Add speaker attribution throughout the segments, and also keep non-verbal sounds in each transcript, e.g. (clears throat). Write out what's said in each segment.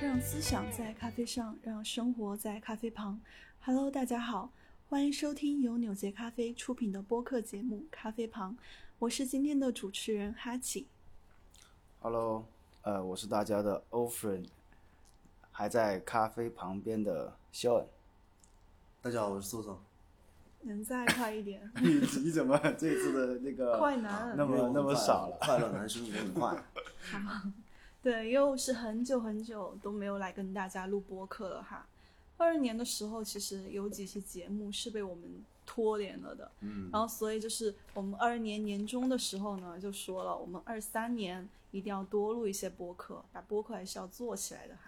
Speaker 1: 让思想在咖啡上，让生活在咖啡旁。Hello，大家好，欢迎收听由纽结咖啡出品的播客节目《咖啡旁》，我是今天的主持人哈奇。
Speaker 2: Hello，呃，我是大家的 o f r e n 还在咖啡旁边的肖 (laughs) 恩。
Speaker 3: 大家好，我是素素。
Speaker 1: 能再快一点？
Speaker 2: 你你怎么这次的那个
Speaker 1: 快男
Speaker 2: 那么那么少了？
Speaker 3: 快乐男生也很快。
Speaker 1: 对，又是很久很久都没有来跟大家录播客了哈。二二年的时候，其实有几期节目是被我们拖连了的，嗯，然后所以就是我们二二年年中的时候呢，就说了我们二三年一定要多录一些播客，把播客还是要做起来的哈。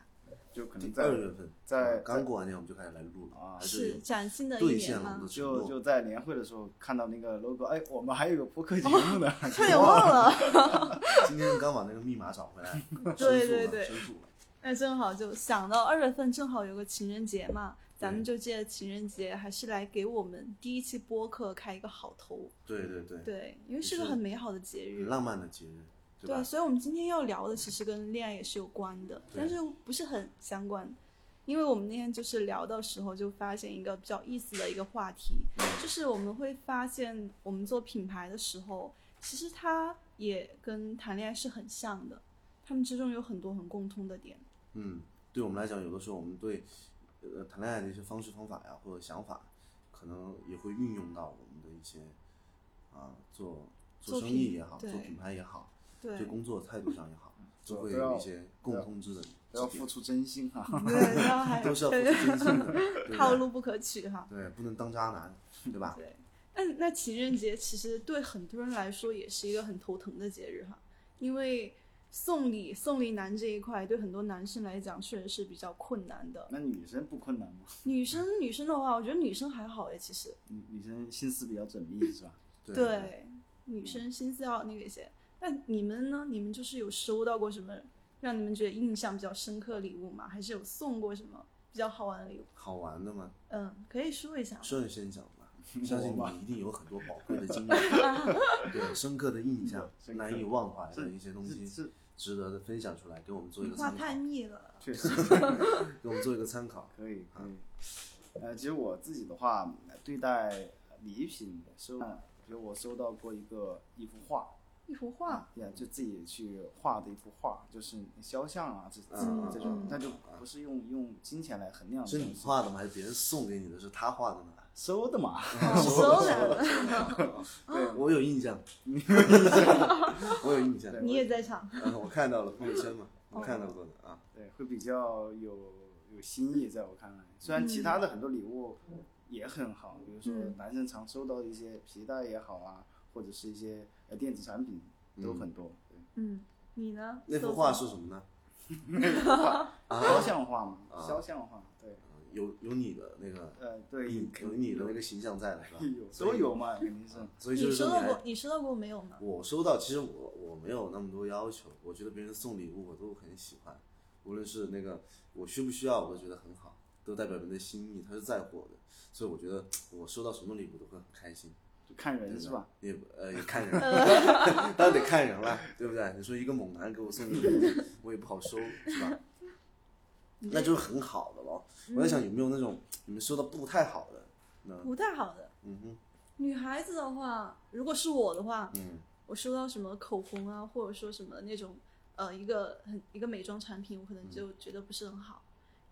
Speaker 2: 就可 (laughs)
Speaker 3: 第
Speaker 2: 能在
Speaker 3: 二月份，
Speaker 2: 在
Speaker 3: 啊刚过完年我们就开始来录了
Speaker 2: 啊
Speaker 3: 还
Speaker 1: 是崭新的一
Speaker 3: 兑
Speaker 1: 年
Speaker 3: 现了我们
Speaker 1: 啊 (laughs)
Speaker 3: 的，承
Speaker 2: 就
Speaker 3: 诺。
Speaker 2: 就在年会的时候看到那个 logo，哎，我们还有个播客节目呢。 (laughs)
Speaker 1: 差点忘
Speaker 3: (laughs)
Speaker 1: 了。
Speaker 3: 今天刚把那个密码找
Speaker 1: (laughs)
Speaker 3: 回来，申诉
Speaker 1: 对对
Speaker 3: 了，
Speaker 1: 对
Speaker 3: 申诉了。
Speaker 1: 那正好就想到二月份正好有个情人节嘛，咱们就借着情人节，还是来给我们第一期播客开一个好头。
Speaker 3: 对对对，
Speaker 1: 对，因为是个
Speaker 3: 是
Speaker 1: 很美好的节日
Speaker 3: 很。浪漫的节日，对
Speaker 1: 对，
Speaker 3: 吧？
Speaker 1: 所以我们今天要聊的其实跟恋爱也是有关的，
Speaker 3: 对
Speaker 1: 但是不是很相关。因为我们那天就是聊到时候，就发现一个比较意思的一个话题，
Speaker 3: 嗯
Speaker 1: 就是我们会发现，我们做品牌的时候，其实它也跟谈恋爱是很像的，他们之中有很多很共通的点。
Speaker 3: 嗯，对我们来讲，有的时候我们对呃谈恋爱的一些方式方法呀，或者想法，可能也会运用到我们的一些啊做
Speaker 1: 做
Speaker 3: 做生
Speaker 1: 品
Speaker 3: 意也好，
Speaker 1: 对
Speaker 3: 做品牌也好，
Speaker 1: 对，
Speaker 3: 对工作态度上也好，都
Speaker 2: 都
Speaker 3: 会
Speaker 2: 都
Speaker 3: 有
Speaker 2: 嗯要
Speaker 3: 一些共通之的
Speaker 2: 都要
Speaker 3: 几
Speaker 2: 付
Speaker 3: 点
Speaker 2: 出真心啊哈、
Speaker 1: 对，然后还
Speaker 3: (laughs) 都是要付
Speaker 1: 对
Speaker 3: 出真心的，对不
Speaker 1: 套
Speaker 3: 对
Speaker 1: 路不可取哈。
Speaker 3: 对，不能当渣男，对吧？
Speaker 1: 对，那那情人节其实对很多人来说也是一个很头疼的节日哈，因为送礼送礼难这一块对很多男生来讲确实是比较困难的。
Speaker 2: 那女生不困难吗？
Speaker 1: 女生女生的话，我觉得女生还好哎，其实
Speaker 2: 女女生心思比较缜密是吧？
Speaker 3: 对嗯
Speaker 1: 女生心思要那个一些。那你们呢？你们就是有收到过什么让你们觉得印象比较深刻的礼物吗？还是有送过什么比较好玩的礼物？
Speaker 3: 好玩的嘛，
Speaker 1: 嗯，可以说一下。
Speaker 3: 顺先讲
Speaker 2: (laughs)
Speaker 3: 吧。相信
Speaker 2: 吧
Speaker 3: 你一定有很多宝贵
Speaker 2: (laughs)
Speaker 3: 的经历，对深刻的印象、
Speaker 2: 深刻
Speaker 3: 难以忘怀的一些东
Speaker 2: 是
Speaker 3: 西，
Speaker 2: 是，
Speaker 3: 值得的分享出来，给我们做一个
Speaker 1: 话
Speaker 3: 参考，
Speaker 1: 太密了，
Speaker 2: 确实。
Speaker 3: 给我们做一个参考。
Speaker 2: 可以可以。呃，其实我自己的话，对待礼品收，呃比如我收到过一个一幅画，
Speaker 1: 一幅画，
Speaker 2: 呀，就自己去画的一幅画，就是肖像啊，这这
Speaker 3: 嗯
Speaker 2: 这种
Speaker 1: 嗯，
Speaker 2: 那就不是用用金钱来衡量的
Speaker 3: 是
Speaker 2: 东
Speaker 3: 你
Speaker 2: 西，
Speaker 3: 画的吗？还是别人送给你的？是他画
Speaker 2: (laughs)
Speaker 3: 的呢？
Speaker 2: 收的
Speaker 3: (laughs)
Speaker 2: 嘛。
Speaker 3: 嗯
Speaker 1: 收的。
Speaker 3: 对，我有印
Speaker 2: (laughs)
Speaker 3: 象，我有印象，
Speaker 1: (laughs) 你也在场，
Speaker 3: 嗯我看到了朋友圈嘛，我看到过的啊。
Speaker 2: 对，会比较有有新意，在我看来，虽然其他的很多礼物也很好，比如说
Speaker 1: 嗯
Speaker 2: 男生常收到的一些皮带也好啊，或者是一些呃电子产品都很多。对，
Speaker 1: 嗯，你呢？
Speaker 3: 那幅画是什么呢？啊
Speaker 2: 肖像画嘛，肖像画，对，
Speaker 3: 嗯有有你的那个，
Speaker 2: 呃，对，哎
Speaker 3: 你有你的那个形象在的是吧？
Speaker 2: 有
Speaker 3: 所
Speaker 2: 都
Speaker 3: 以
Speaker 2: 有嘛，肯定是。
Speaker 3: 所以就是
Speaker 1: 你收
Speaker 3: 说
Speaker 1: 到
Speaker 3: 你来
Speaker 1: 过，你收到过没有呢？
Speaker 3: 我收到，其实我我没有那么多要求，我觉得别人送礼物我都很喜欢，无论是那个我需不需要，我都觉得很好，都代表人的心意，他是在乎我的，所以我觉得我收到什么礼物都会很开心，
Speaker 2: 就看人
Speaker 3: 对
Speaker 2: 是吧？？
Speaker 3: 也呃也看人， (laughs) 当然得看人了，对不对？你说一个猛男给我送礼物，我也不好收，是吧？那就是很好的咯。我在想有没有那种你们收到不太好的，那
Speaker 1: 不太好的。
Speaker 3: 嗯哼，
Speaker 1: 女孩子的话，如果是我的话，
Speaker 3: 嗯
Speaker 1: 我收到什么口红啊，或者说什么那种呃一个很一个美妆产品，我可
Speaker 3: 嗯
Speaker 1: 能就觉得不是很好，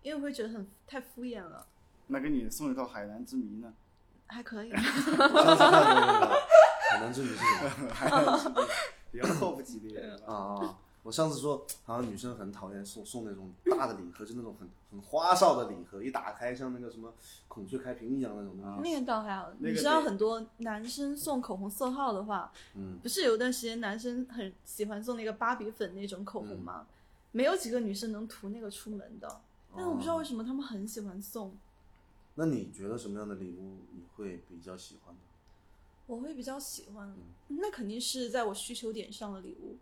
Speaker 1: 因为我会觉得很太敷衍了。
Speaker 2: 那给你送一套《海南之谜》
Speaker 3: (laughs)
Speaker 2: 呢？
Speaker 1: 还可以，
Speaker 3: 我上次看过那个海南之谜是什么？
Speaker 2: 比较迫不及待
Speaker 3: (laughs)
Speaker 2: 的吧。
Speaker 3: 啊啊！我上次说，好像女生很讨厌送送那种大的礼盒，就那种很很花哨的礼盒，一打开像那个什么孔雀开屏一样那种东西。
Speaker 1: 那个倒还好。
Speaker 2: 啊那个
Speaker 1: 你知道
Speaker 2: 对
Speaker 1: 很多男生送口红色号的话，
Speaker 3: 嗯，
Speaker 1: 不是有段时间男生很喜欢送那个芭比粉那种口
Speaker 2: 嗯
Speaker 1: 红吗？没有几个女生能涂那个出门的，但是我不知
Speaker 2: 哦
Speaker 1: 道为什么他们很喜欢送。
Speaker 3: 那你觉得什么样的礼物你会比较喜欢呢？
Speaker 1: 我会比较喜欢，
Speaker 3: 嗯
Speaker 1: 那肯定是在我需求点上的礼物，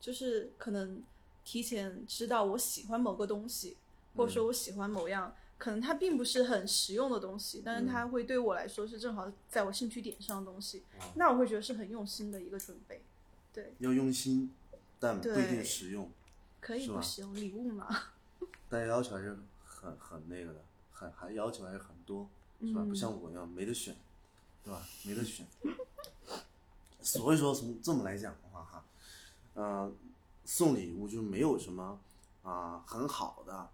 Speaker 1: 就是可能提前知道我喜欢某个东西，或
Speaker 3: 嗯
Speaker 1: 者说我喜欢某样，可能它并不是很实用的东西，但是
Speaker 3: 嗯
Speaker 1: 它会对我来说是正好在我兴趣点上的东西，
Speaker 3: 哦
Speaker 1: 那我会觉得是很用心的一个准备。对，
Speaker 3: 要用心，但不一
Speaker 1: 对
Speaker 3: 定实用。
Speaker 1: 可以
Speaker 3: 是
Speaker 1: 不
Speaker 3: 吧
Speaker 1: 使用礼物嘛？
Speaker 3: 但要求还是很很那个的，很还要求还是很多，是
Speaker 1: 嗯
Speaker 3: 吧？不像我一样没得选，对吧？没得选。 (laughs) 所以说，从这么来讲的话，哈，呃，送礼物就没有什么啊、很好的，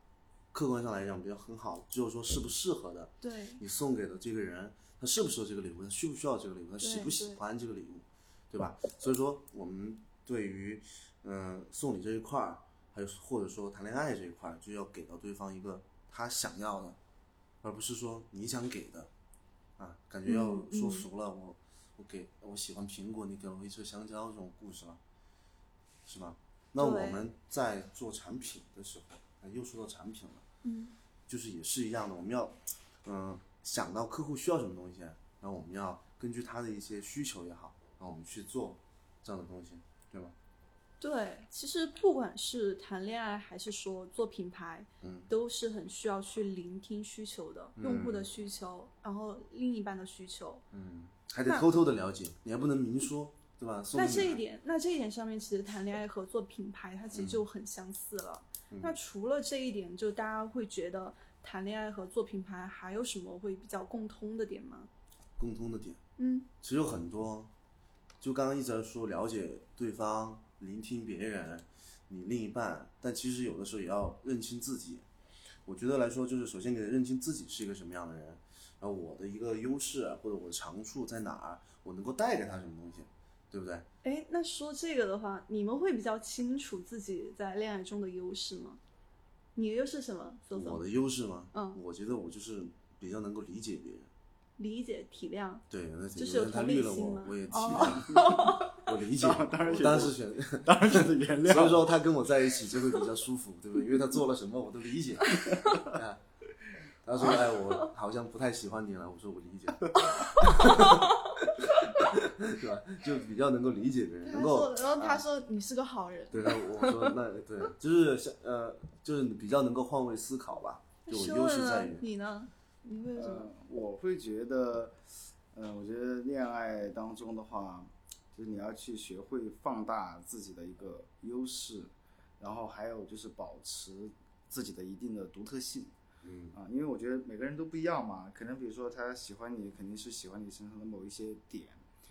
Speaker 3: 客观上来讲比较很好，只有说适不适合的。
Speaker 1: 对，
Speaker 3: 你送给的这个人，他适不适合这个礼物，他需不需要这个礼物，他喜不喜欢这个礼物，对吧？所以说，我们对于嗯、呃送礼这一块儿，还有或者说谈恋爱这一块儿，就要给到对方一个他想要的，而不是说你想给的，啊，感觉要
Speaker 1: 嗯
Speaker 3: 说
Speaker 1: 嗯
Speaker 3: 俗了，我我给我喜欢苹果，你给了我一车香蕉这种故事了，是吧？那我
Speaker 1: 对
Speaker 3: 们在做产品的时候，啊又说到产品了。
Speaker 1: 嗯，
Speaker 3: 就是也是一样的，我们要，嗯、想到客户需要什么东西，然后我们要根据他的一些需求也好，然后我们去做这样的东西，对吧？
Speaker 1: 对，其实不管是谈恋爱还是说做品牌，
Speaker 3: 嗯，
Speaker 1: 都是很需要去聆听需求的，用户的需求，然后另一半的需求。
Speaker 3: 嗯，还得偷偷的了解，你还不能明说，对吧？送
Speaker 1: 那
Speaker 3: 给
Speaker 1: 这
Speaker 3: 你
Speaker 1: 一点，那这一点上面，其实谈恋爱和做品牌，它其
Speaker 3: 嗯
Speaker 1: 实就很相似了。那除了这一点，就大家会觉得谈恋爱和做品牌还有什么会比较共通的点吗？
Speaker 3: 共通的点，
Speaker 1: 嗯，
Speaker 3: 其实有很多，就刚刚一直在说了解对方，聆听别人，你另一半，但其实有的时候也要认清自己。我觉得来说，就是首先你得认清自己是一个什么样的人，然后我的一个优势啊或者我的长处在哪儿，我能够带给他什么东西，对不对？
Speaker 1: 哎，那说这个的话，你们会比较清楚自己在恋爱中的优势吗？你的优势是什么？搜
Speaker 3: 我
Speaker 1: 搜，
Speaker 3: 的优势嘛，
Speaker 1: 嗯，
Speaker 3: 我觉得我就是比较能够理解别人，
Speaker 1: 理解、体谅。
Speaker 3: 对，那
Speaker 1: 就是有
Speaker 3: 他
Speaker 1: 同
Speaker 3: 绿
Speaker 1: 理
Speaker 3: 了
Speaker 1: 心
Speaker 3: 我
Speaker 1: 吗，
Speaker 3: 我也体
Speaker 1: 哦
Speaker 3: 谅， (laughs) 我理解，
Speaker 2: (laughs) 当然
Speaker 3: 我
Speaker 2: 是
Speaker 3: 当时选
Speaker 2: 当然是原谅。
Speaker 3: (laughs) 所以说他跟我在一起就会比较舒服，对不
Speaker 2: (laughs)
Speaker 3: 对？因为他做了什么我都理解。啊他说：“哎，我好像不太喜欢你了。”我说：“我
Speaker 2: (laughs)
Speaker 3: 理解。”对吧？就比较能够理解别人，
Speaker 1: 他
Speaker 3: 能够啊
Speaker 1: 说，然后他说你是个好人，
Speaker 3: 对他，我说那对，就是像呃，就是比较能够换位思考吧。就我
Speaker 1: 是
Speaker 3: 优
Speaker 1: 问
Speaker 3: 势在
Speaker 1: 了
Speaker 3: 于
Speaker 1: 你呢？你会有什么？
Speaker 2: 呃，我会觉得，呃，我觉得恋爱当中的话，就是你要去学会放大自己的一个优势，然后还有就是保持自己的一定的独特性。
Speaker 3: 嗯
Speaker 2: 啊，因为我觉得每个人都不一样嘛，可能比如说他喜欢你，肯定是喜欢你身上的某一些点，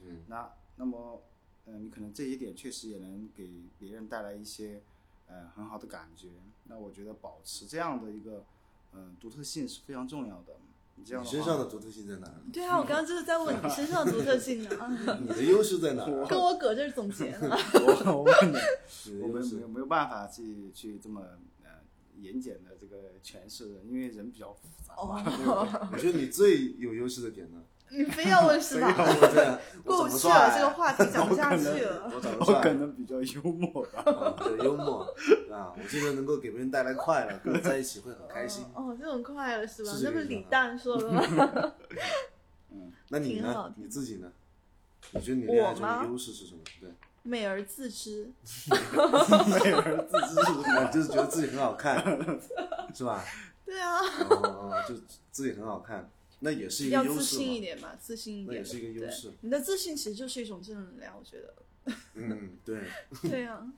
Speaker 3: 嗯
Speaker 2: 那那么，嗯、你可能这些点确实也能给别人带来一些，呃，很好的感觉。那我觉得保持这样的一个，嗯、独特性是非常重要的。你这样
Speaker 3: 你
Speaker 2: 的
Speaker 3: 身
Speaker 2: 话
Speaker 3: 上的独特性在哪儿？
Speaker 1: 对啊，我刚刚就是在问你身上的独特性呢，
Speaker 3: (laughs)
Speaker 1: 啊
Speaker 3: 你的优势在哪儿？
Speaker 1: 跟我搁这儿总结
Speaker 3: (laughs)
Speaker 1: 呢。
Speaker 2: 我我问你，
Speaker 3: 你的
Speaker 2: 我
Speaker 3: 优
Speaker 2: 们
Speaker 3: 势
Speaker 2: 没有没有办法去去这么呃严谨的这个诠释的，因为人比较复杂嘛。
Speaker 3: (laughs)
Speaker 1: 哦，
Speaker 3: 我觉得你最有优势的
Speaker 1: (laughs)
Speaker 3: 点呢？
Speaker 1: 你非要问是吧？
Speaker 3: 我这样，我
Speaker 1: 过不
Speaker 3: 怎么
Speaker 1: 去了，
Speaker 3: 帅
Speaker 1: 这个话题讲不下去了。
Speaker 3: 我长得
Speaker 2: 我
Speaker 3: 帅
Speaker 2: 可，能比较幽默吧。
Speaker 3: 啊比较幽默啊，我觉得能够给别人带来快乐，跟我在一起会很开心。
Speaker 1: 哦，这种快乐是吧？
Speaker 3: 是这
Speaker 1: 那不
Speaker 3: 个意思啊
Speaker 1: 李
Speaker 3: 吧
Speaker 1: 诞说的
Speaker 3: (laughs)
Speaker 1: 吗？
Speaker 3: 那你
Speaker 1: 挺好
Speaker 3: 呢？
Speaker 1: 挺
Speaker 3: 你自己呢？你觉得你恋爱中
Speaker 1: 我吗
Speaker 3: 的优势是什么？对，
Speaker 1: 美而自知，
Speaker 2: 美而自知是
Speaker 3: 啊就是觉得自己很好看，是吧？
Speaker 1: 对啊，
Speaker 3: 哦哦，就自己很好看，那也是一个
Speaker 1: 要
Speaker 3: 优
Speaker 1: 自
Speaker 3: 势
Speaker 1: 信一
Speaker 3: 嘛。
Speaker 1: 点吧，自信一
Speaker 3: 那也
Speaker 1: 点。
Speaker 3: 是一个优
Speaker 1: 对
Speaker 3: 势，
Speaker 1: 你的自信其实就是一种正能量，我觉得。
Speaker 3: 嗯，对。
Speaker 1: 对
Speaker 3: (laughs)
Speaker 1: 啊，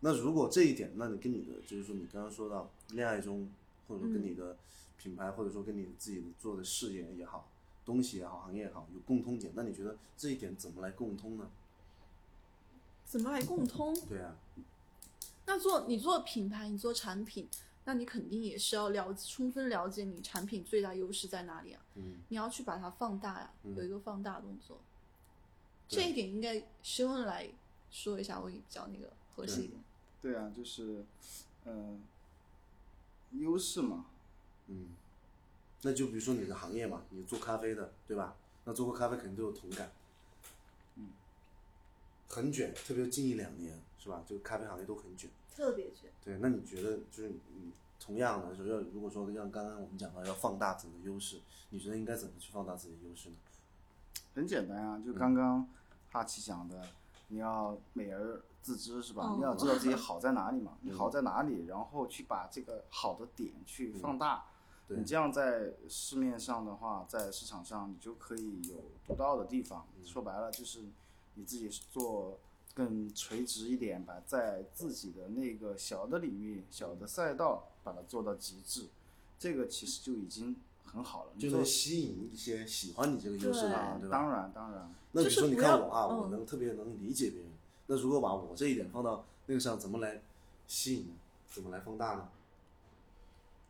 Speaker 3: 那如果这一点，那你跟你的就是说，你刚刚说到恋爱中，或者说
Speaker 1: 嗯
Speaker 3: 跟你的品牌，或者说跟你自己做的事业也好，东西也好，行业也好，有共通点，那你觉得这一点怎么来共通呢？
Speaker 1: 怎么来共通？
Speaker 3: 对啊，
Speaker 1: 那做你做品牌，你做产品，那你肯定也是要了充分了解你产品最大优势在哪里啊。
Speaker 3: 嗯，
Speaker 1: 你要去把它放大呀、
Speaker 3: 嗯
Speaker 1: 有一个放大动作。
Speaker 3: 对
Speaker 1: 这一点应该 s h 来说一下，会比较那个合适一点。
Speaker 2: 对啊，就是，嗯、优势嘛，
Speaker 3: 嗯，那就比如说你的行业嘛，你做咖啡的，对吧？那做过咖啡肯定都有同感。
Speaker 2: 嗯，
Speaker 3: 很卷，特别是近一两年，是吧？这个咖啡行业都很卷。
Speaker 1: 特别卷。
Speaker 3: 对，那你觉得就是你同样的，就是如果说像刚刚我们讲到要放大自己的优势，你觉得应该怎么去放大自己的优势呢？
Speaker 2: 很简单啊，
Speaker 3: 嗯
Speaker 2: 就刚刚哈奇讲的，你要美而自知是吧？
Speaker 1: 哦
Speaker 2: 你要知道自己好在哪里嘛，
Speaker 3: 嗯
Speaker 2: 你好在哪里，然后去把这个好的点去放大。
Speaker 3: 嗯对
Speaker 2: 你这样在市面上的话，在市
Speaker 3: 嗯
Speaker 2: 场上你就可以有独到的地方。说白了就是你自己做更垂直一点，把在自己的那个小的领域、小的赛道把它做到极致，这个其实就已经很好了。
Speaker 3: 就能吸引一些喜欢你这个优势的
Speaker 2: 啊
Speaker 3: 人，对，吧？
Speaker 2: 当然当然，
Speaker 3: 那
Speaker 1: 就
Speaker 3: 你
Speaker 1: 是
Speaker 3: 说你
Speaker 1: 不
Speaker 3: 看
Speaker 1: 要
Speaker 3: 我啊，我
Speaker 1: 嗯
Speaker 3: 能特别能理解别人。那如果把我这一点放到那个上，怎么来吸引呢？怎么来放大呢？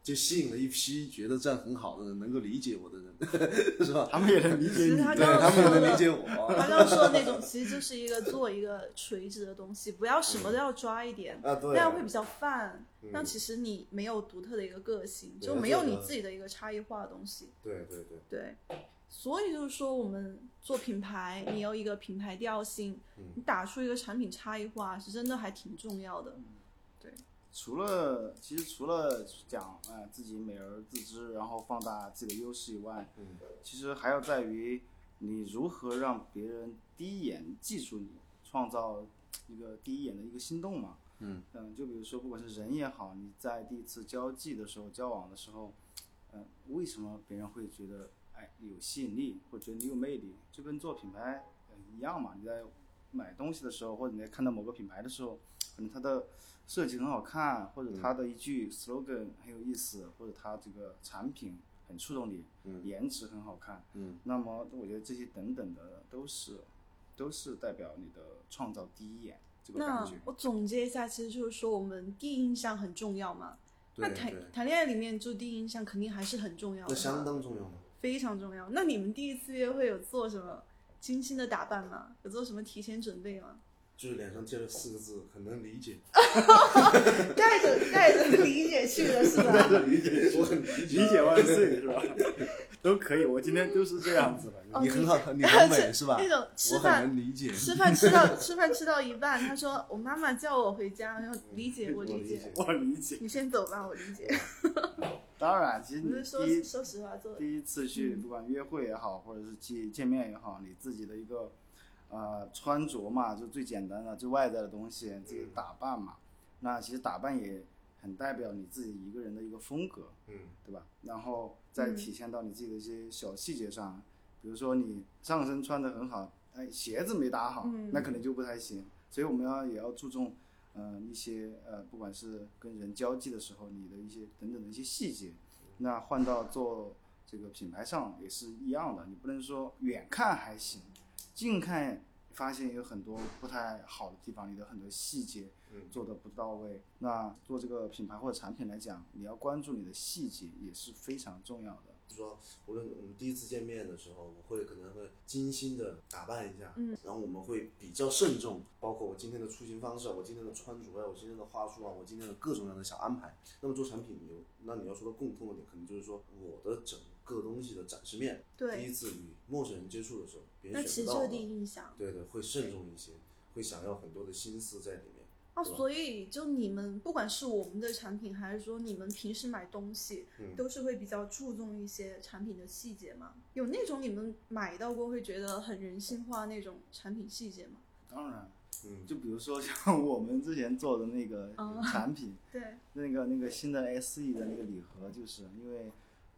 Speaker 3: 就吸引了一批觉得这样很好的人，能够理解我
Speaker 1: (laughs)
Speaker 3: 的人，是吧？
Speaker 2: 他们也能理解
Speaker 1: 其实
Speaker 2: 你
Speaker 1: 他
Speaker 3: 对
Speaker 1: 刚
Speaker 3: 他
Speaker 1: 刚
Speaker 3: 们也
Speaker 1: 说
Speaker 3: 能理
Speaker 1: 的，
Speaker 3: 解我。啊
Speaker 1: (laughs) 他刚刚说的那种，其实就是一个做一个垂直的东西，不要什么都要抓一点，
Speaker 3: 啊，对，
Speaker 1: 那样会比较泛。
Speaker 3: 嗯
Speaker 1: 那其实你没有独特的一个个性，
Speaker 3: 对
Speaker 1: 就没有
Speaker 3: 这个
Speaker 1: 你自己的一个差异化的东西。
Speaker 3: 对对对，
Speaker 1: 对，所以就是说，我们做品牌，你有一个品牌调性，
Speaker 3: 嗯
Speaker 1: 你打出一个产品差异化，是真的还挺重要的。
Speaker 2: 除了其实除了讲啊、呃自己美而自知，然后放大自己的优势以外，
Speaker 3: 嗯，
Speaker 2: 其实还要在于你如何让别人第一眼记住你，创造一个第一眼的一个心动嘛。
Speaker 3: 嗯
Speaker 2: 就比如说不管是人也好，你在第一次交际的时候、交往的时候，嗯、为什么别人会觉得哎有吸引力，或者觉得你有魅力？就跟做品牌、呃一样嘛。你在买东西的时候，或者你在看到某个品牌的时候，可能它的设计很好看，或者
Speaker 3: 嗯
Speaker 2: 它的一句 slogan 很有意思，或者它这个产品很触动你，
Speaker 3: 嗯
Speaker 2: 颜值很好看，
Speaker 3: 嗯，
Speaker 2: 那么我觉得这些等等的都是都是代表你的创造第一眼这个感
Speaker 1: 那
Speaker 2: 觉。
Speaker 1: 我总结一下，其实就是说，我们第一印象很重要嘛。
Speaker 3: 对
Speaker 1: 那谈
Speaker 3: 对，
Speaker 1: 谈恋爱里面，就第一印象肯定还是很重要的，
Speaker 3: 那相当重要嘛。
Speaker 1: 非常重要。那你们第一次约会有做什么精心的打扮吗？有做什么提前准备吗？
Speaker 3: (laughs) 就是脸上贴了四个字，很能
Speaker 1: (laughs)
Speaker 3: 理解，
Speaker 1: 带着带着理解去的是吧？
Speaker 3: 理解，我很理
Speaker 2: 理解万岁是吧？ (laughs) 都可以，我今天都是这样子的。
Speaker 1: 哦
Speaker 3: 你很好，
Speaker 1: (laughs)
Speaker 3: 你很美是吧？
Speaker 1: 那种吃
Speaker 3: 我
Speaker 1: 饭
Speaker 3: 很能理解，
Speaker 1: 吃饭吃到 (laughs) 吃饭吃到一半，他说我妈妈叫我回家，然后理解我
Speaker 3: 我
Speaker 1: 理
Speaker 3: 理
Speaker 1: 解
Speaker 3: 解，
Speaker 2: 我理解。
Speaker 1: 你先走吧，我理解。
Speaker 2: 当然，其实
Speaker 1: 不
Speaker 2: 你
Speaker 1: 是说
Speaker 2: 嗯第一
Speaker 1: 说实话做的，嗯
Speaker 2: 第一次去，不管约会也好，或者是去见面也好，你自己的一个呃穿着嘛，就最简单的、最外在的东西，自己打扮嘛。那其实打扮也很代表你自己一个人的一个风格。
Speaker 3: 嗯，
Speaker 2: 对吧？然
Speaker 1: 嗯
Speaker 2: 后再体现到你自己的一些小细节上，比如说你上身穿的很好，哎，鞋子没打好，
Speaker 1: 嗯
Speaker 2: 那可能就不太行。所以我们要也要注重，嗯、一些呃，不管是跟人交际的时候，你的一些等等的一些细节。那换到做这个品牌上也是一样的，你不能说远看还行，近看发现有很多不太好的地方，你的很多细节
Speaker 3: 嗯
Speaker 2: 做的不到位。那做这个品牌或者产品来讲，你要关注你的细节也是非常重要的。
Speaker 3: 就说无论我们第一次见面的时候，我会可能会精心的打扮一下，
Speaker 1: 嗯，
Speaker 3: 然后我们会比较慎重，包括我今天的出行方式啊，我今天的穿着啊，我今天的话术啊，我今天的各种各样的小安排。那么做产品，你有那你要说的共通的点，可能就是说我的整个东西的展示面。第
Speaker 1: 对
Speaker 3: 一，次与陌生人接触的时候，别
Speaker 1: 那
Speaker 3: 人
Speaker 1: 其
Speaker 3: 选
Speaker 1: 实
Speaker 3: 不到
Speaker 1: 就是
Speaker 3: 我
Speaker 1: 第一
Speaker 3: 们，
Speaker 1: 印象
Speaker 3: 对对，会慎重一些，会想要很多的心思在里面。
Speaker 1: 啊。
Speaker 3: 对吧
Speaker 1: 所以就你们不管是我们的产品，还是说你们平时买东西，
Speaker 3: 嗯
Speaker 1: 都是会比较注重一些产品的细节嘛？有那种你们买到过会觉得很人性化那种产品细节吗？
Speaker 2: 当然，
Speaker 3: 嗯，
Speaker 2: 就比如说像我们之前做的那个
Speaker 1: 哦
Speaker 2: 产品，
Speaker 1: 对，
Speaker 2: 那个那个新的 SE 的那个礼盒，就是因为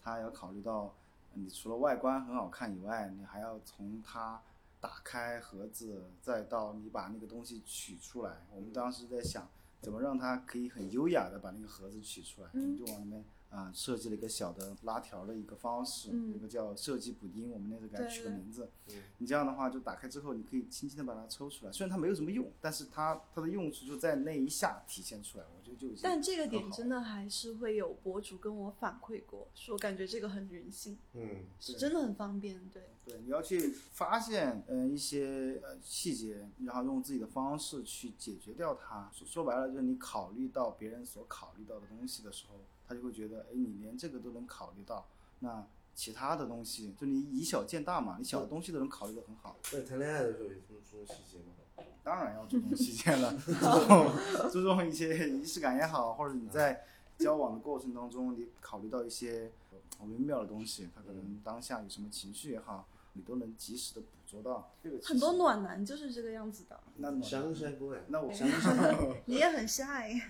Speaker 2: 它要考虑到，你除了外观很好看以外，你还要从它打开盒子，再到你把那个东西取出来。我们当时在想，怎么让它可以很优雅的把那个盒子取出来，
Speaker 1: 嗯
Speaker 2: 我们就往里面啊、设计了一个小的拉条的一个方式，
Speaker 1: 嗯
Speaker 2: 一个叫设计补丁，我们那时候给它
Speaker 1: 对
Speaker 2: 取个
Speaker 1: 对
Speaker 2: 名字。
Speaker 3: 嗯
Speaker 2: 你这样的话，就打开之后，你可以轻轻的把它抽出来，虽然它没有什么用，但是它它的用处就在那一下体现出来，我觉得就已经。
Speaker 1: 但这个点
Speaker 2: 很好
Speaker 1: 真的还是会有博主跟我反馈过，说感觉这个很人性，
Speaker 3: 嗯，
Speaker 1: 是
Speaker 2: 对
Speaker 1: 真的很方便。对，
Speaker 2: 对，你要去发现嗯、呃一些呃细节，然后用自己的方式去解决掉它。说说白了，就是你考虑到别人所考虑到的东西的时候，他就会觉得，哎，你连这个都能考虑到，那其他的东西，就你以小见大嘛，你小的东西都能考虑得很好。
Speaker 3: 那你谈恋爱的时候有什么注重细节吗？
Speaker 2: 当然要注重细节
Speaker 1: (laughs)
Speaker 2: 了， (laughs) 注重注重一些仪式感也好，或者你在交往的过程当中，你考虑到一些呃微妙的东西，他可能当下有什么情绪也好，你都能及时的捕捉到。这个其实
Speaker 1: 很多暖男就是这个样
Speaker 3: (laughs)
Speaker 1: 子的，
Speaker 2: 那么
Speaker 3: 香山 boy，
Speaker 2: 那我
Speaker 3: 香
Speaker 1: (laughs)
Speaker 3: 山，
Speaker 1: 你也很 shy。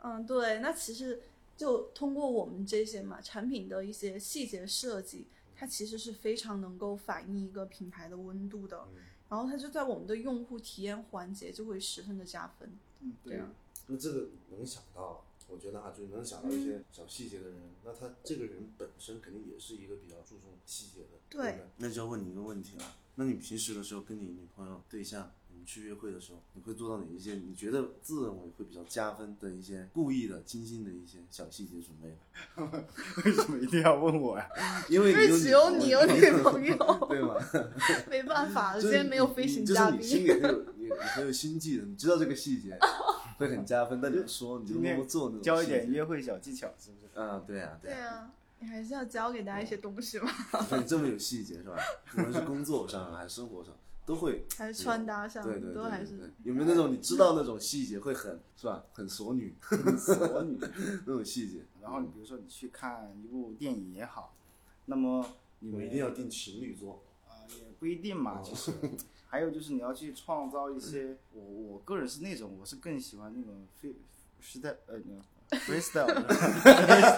Speaker 1: 嗯，对，那其实就通过我们这些嘛，产品的一些细节设计，它其实是非常能够反映一个品牌的温度的。
Speaker 3: 嗯
Speaker 1: 然然后它就在我们的用户体验环节就会十分的加分。
Speaker 3: (laughs)
Speaker 2: 嗯，对啊，
Speaker 3: 那这个能想到，我觉得啊，就能想到一
Speaker 1: 嗯
Speaker 3: 些小细节的人，那他这个人本身肯定也是一个比较注重细节的。
Speaker 1: 对
Speaker 3: 不那就要问你一个问题了，那你平时的时候跟你女朋友、对象，你们去约会的时候，你会做到哪一些你觉得自认为会比较加分的一些故意的、精心的一些小细节准备呢？
Speaker 2: 为什么一定要问我呀、 (laughs)
Speaker 3: 因为
Speaker 1: 因为只有你有
Speaker 3: 女
Speaker 1: 女朋友，
Speaker 3: (laughs) 对吗？
Speaker 1: 没办法，
Speaker 3: 就
Speaker 1: 今
Speaker 3: 是
Speaker 1: 天没有飞行
Speaker 3: 你
Speaker 1: 嘉
Speaker 3: 就是你
Speaker 1: 宾。
Speaker 3: 心里很有你你很有心计的，你知道这个细
Speaker 1: (laughs)
Speaker 3: 节会很加分，但你不说，你就
Speaker 2: 今天
Speaker 3: 默默做那种
Speaker 2: 教一
Speaker 3: 细节
Speaker 2: 点约会小技巧是不是？
Speaker 3: 啊，对啊，
Speaker 1: 对
Speaker 3: 啊，
Speaker 1: 啊，你还是要教给大家一些东西嘛，
Speaker 3: (laughs) 所以这么有细节是吧？无论是工作上啊还是生活上，都会
Speaker 1: 还是穿搭上，
Speaker 3: 对对对
Speaker 1: 都还
Speaker 3: 对
Speaker 1: 是
Speaker 3: 对，有没有那种你知道那种细节会很是吧？很锁女 (laughs)
Speaker 2: (laughs) 锁女。
Speaker 3: 那种细节，
Speaker 2: 然后你比如说你去看一部电影也好，那么你
Speaker 3: 你
Speaker 2: 们
Speaker 3: 们一定要订情侣座，
Speaker 2: 啊、也不一定嘛，其实。还有就是你要去创造一些，我我个人是那种，我是更喜欢那种 free 时代呃那 freestyle，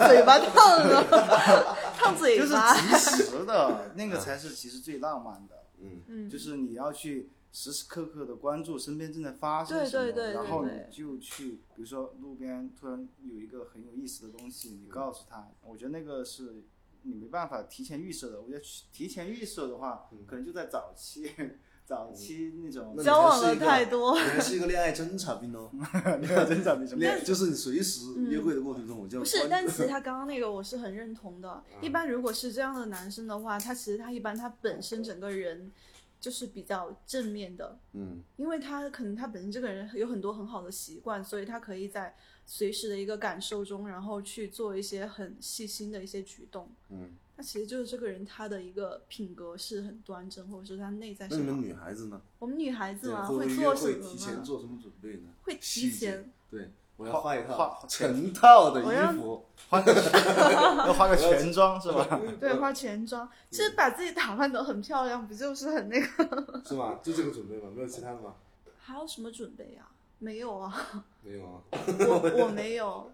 Speaker 1: 嘴巴烫了，
Speaker 3: (laughs)
Speaker 1: 烫嘴
Speaker 2: 就是
Speaker 1: 巴。
Speaker 2: 及时
Speaker 1: (laughs)
Speaker 2: 的那个才是其实最浪漫的，
Speaker 3: 嗯，
Speaker 1: 嗯
Speaker 2: 就是你要去时时刻刻的关注身边正在发生
Speaker 1: 对
Speaker 2: 什么，
Speaker 1: 对对对
Speaker 2: 然后你
Speaker 1: 对
Speaker 2: 就去，比如说路边突然有一个很有意思的东西，
Speaker 3: 嗯
Speaker 2: 你告诉他，我觉得那个是你没办法提前预设的，我觉得提前预设的话，可能就在早期。 (laughs) 早期那种
Speaker 3: 嗯那你
Speaker 1: 交往
Speaker 3: 还是一
Speaker 1: 了
Speaker 3: 个
Speaker 1: 太多
Speaker 3: 你还是一个恋爱侦察
Speaker 1: (laughs)
Speaker 3: 兵哦，
Speaker 2: 你看真长没什么
Speaker 3: 恋就是你随时约会的过程中，我就
Speaker 1: 嗯
Speaker 3: 要
Speaker 1: 不是，
Speaker 3: 关
Speaker 1: 但其实他刚刚那个我是很认同的。
Speaker 3: 啊
Speaker 1: 一般如果是这样的男生的话，他其实他一般他本身整个人就是比较正面的，
Speaker 3: 嗯，
Speaker 1: 因为他可能他本身这个人有很多很好的习惯，所以他可以在随时的一个感受中，然后去做一些很细心的一些举动。
Speaker 3: 嗯，
Speaker 1: 那其实就是这个人他的一个品格是很端正，或者说他内在
Speaker 3: 那
Speaker 1: 是
Speaker 3: 你
Speaker 1: 好
Speaker 3: 们
Speaker 1: 的。
Speaker 3: 女孩子呢？
Speaker 1: 我们女孩子嘛，
Speaker 3: 对会
Speaker 1: 啊做
Speaker 3: 不约
Speaker 1: 什
Speaker 3: 会
Speaker 1: 么
Speaker 3: 提前
Speaker 1: 嘛？
Speaker 3: 做什么准备呢？
Speaker 1: 会提前，
Speaker 3: 对，我要画一
Speaker 2: 画
Speaker 3: 套
Speaker 2: 画
Speaker 3: 成套的
Speaker 1: 我要
Speaker 3: 衣服，
Speaker 2: 花个 (laughs) 要花个全妆是吧？
Speaker 3: 嗯
Speaker 1: 对，化全妆，其实把自己打扮得很漂亮，不就是很那个？
Speaker 3: (laughs) 是吗？就这个准备吗？没有其他的吗？
Speaker 1: 还有什么准备啊？没有
Speaker 3: (laughs)
Speaker 1: 啊，
Speaker 3: 没有啊。
Speaker 1: 我我没有。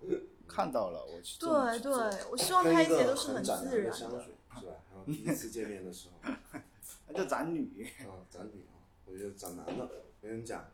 Speaker 2: 看到了，我去这么
Speaker 1: 对
Speaker 2: 去
Speaker 1: 对
Speaker 2: 做。，
Speaker 1: 我希望开节都是自然
Speaker 3: 香
Speaker 1: 的。
Speaker 3: 水是吧？然后第一次见面的时候，
Speaker 2: 那就咱女，
Speaker 3: 啊，长女啊，我觉得长男的没人讲，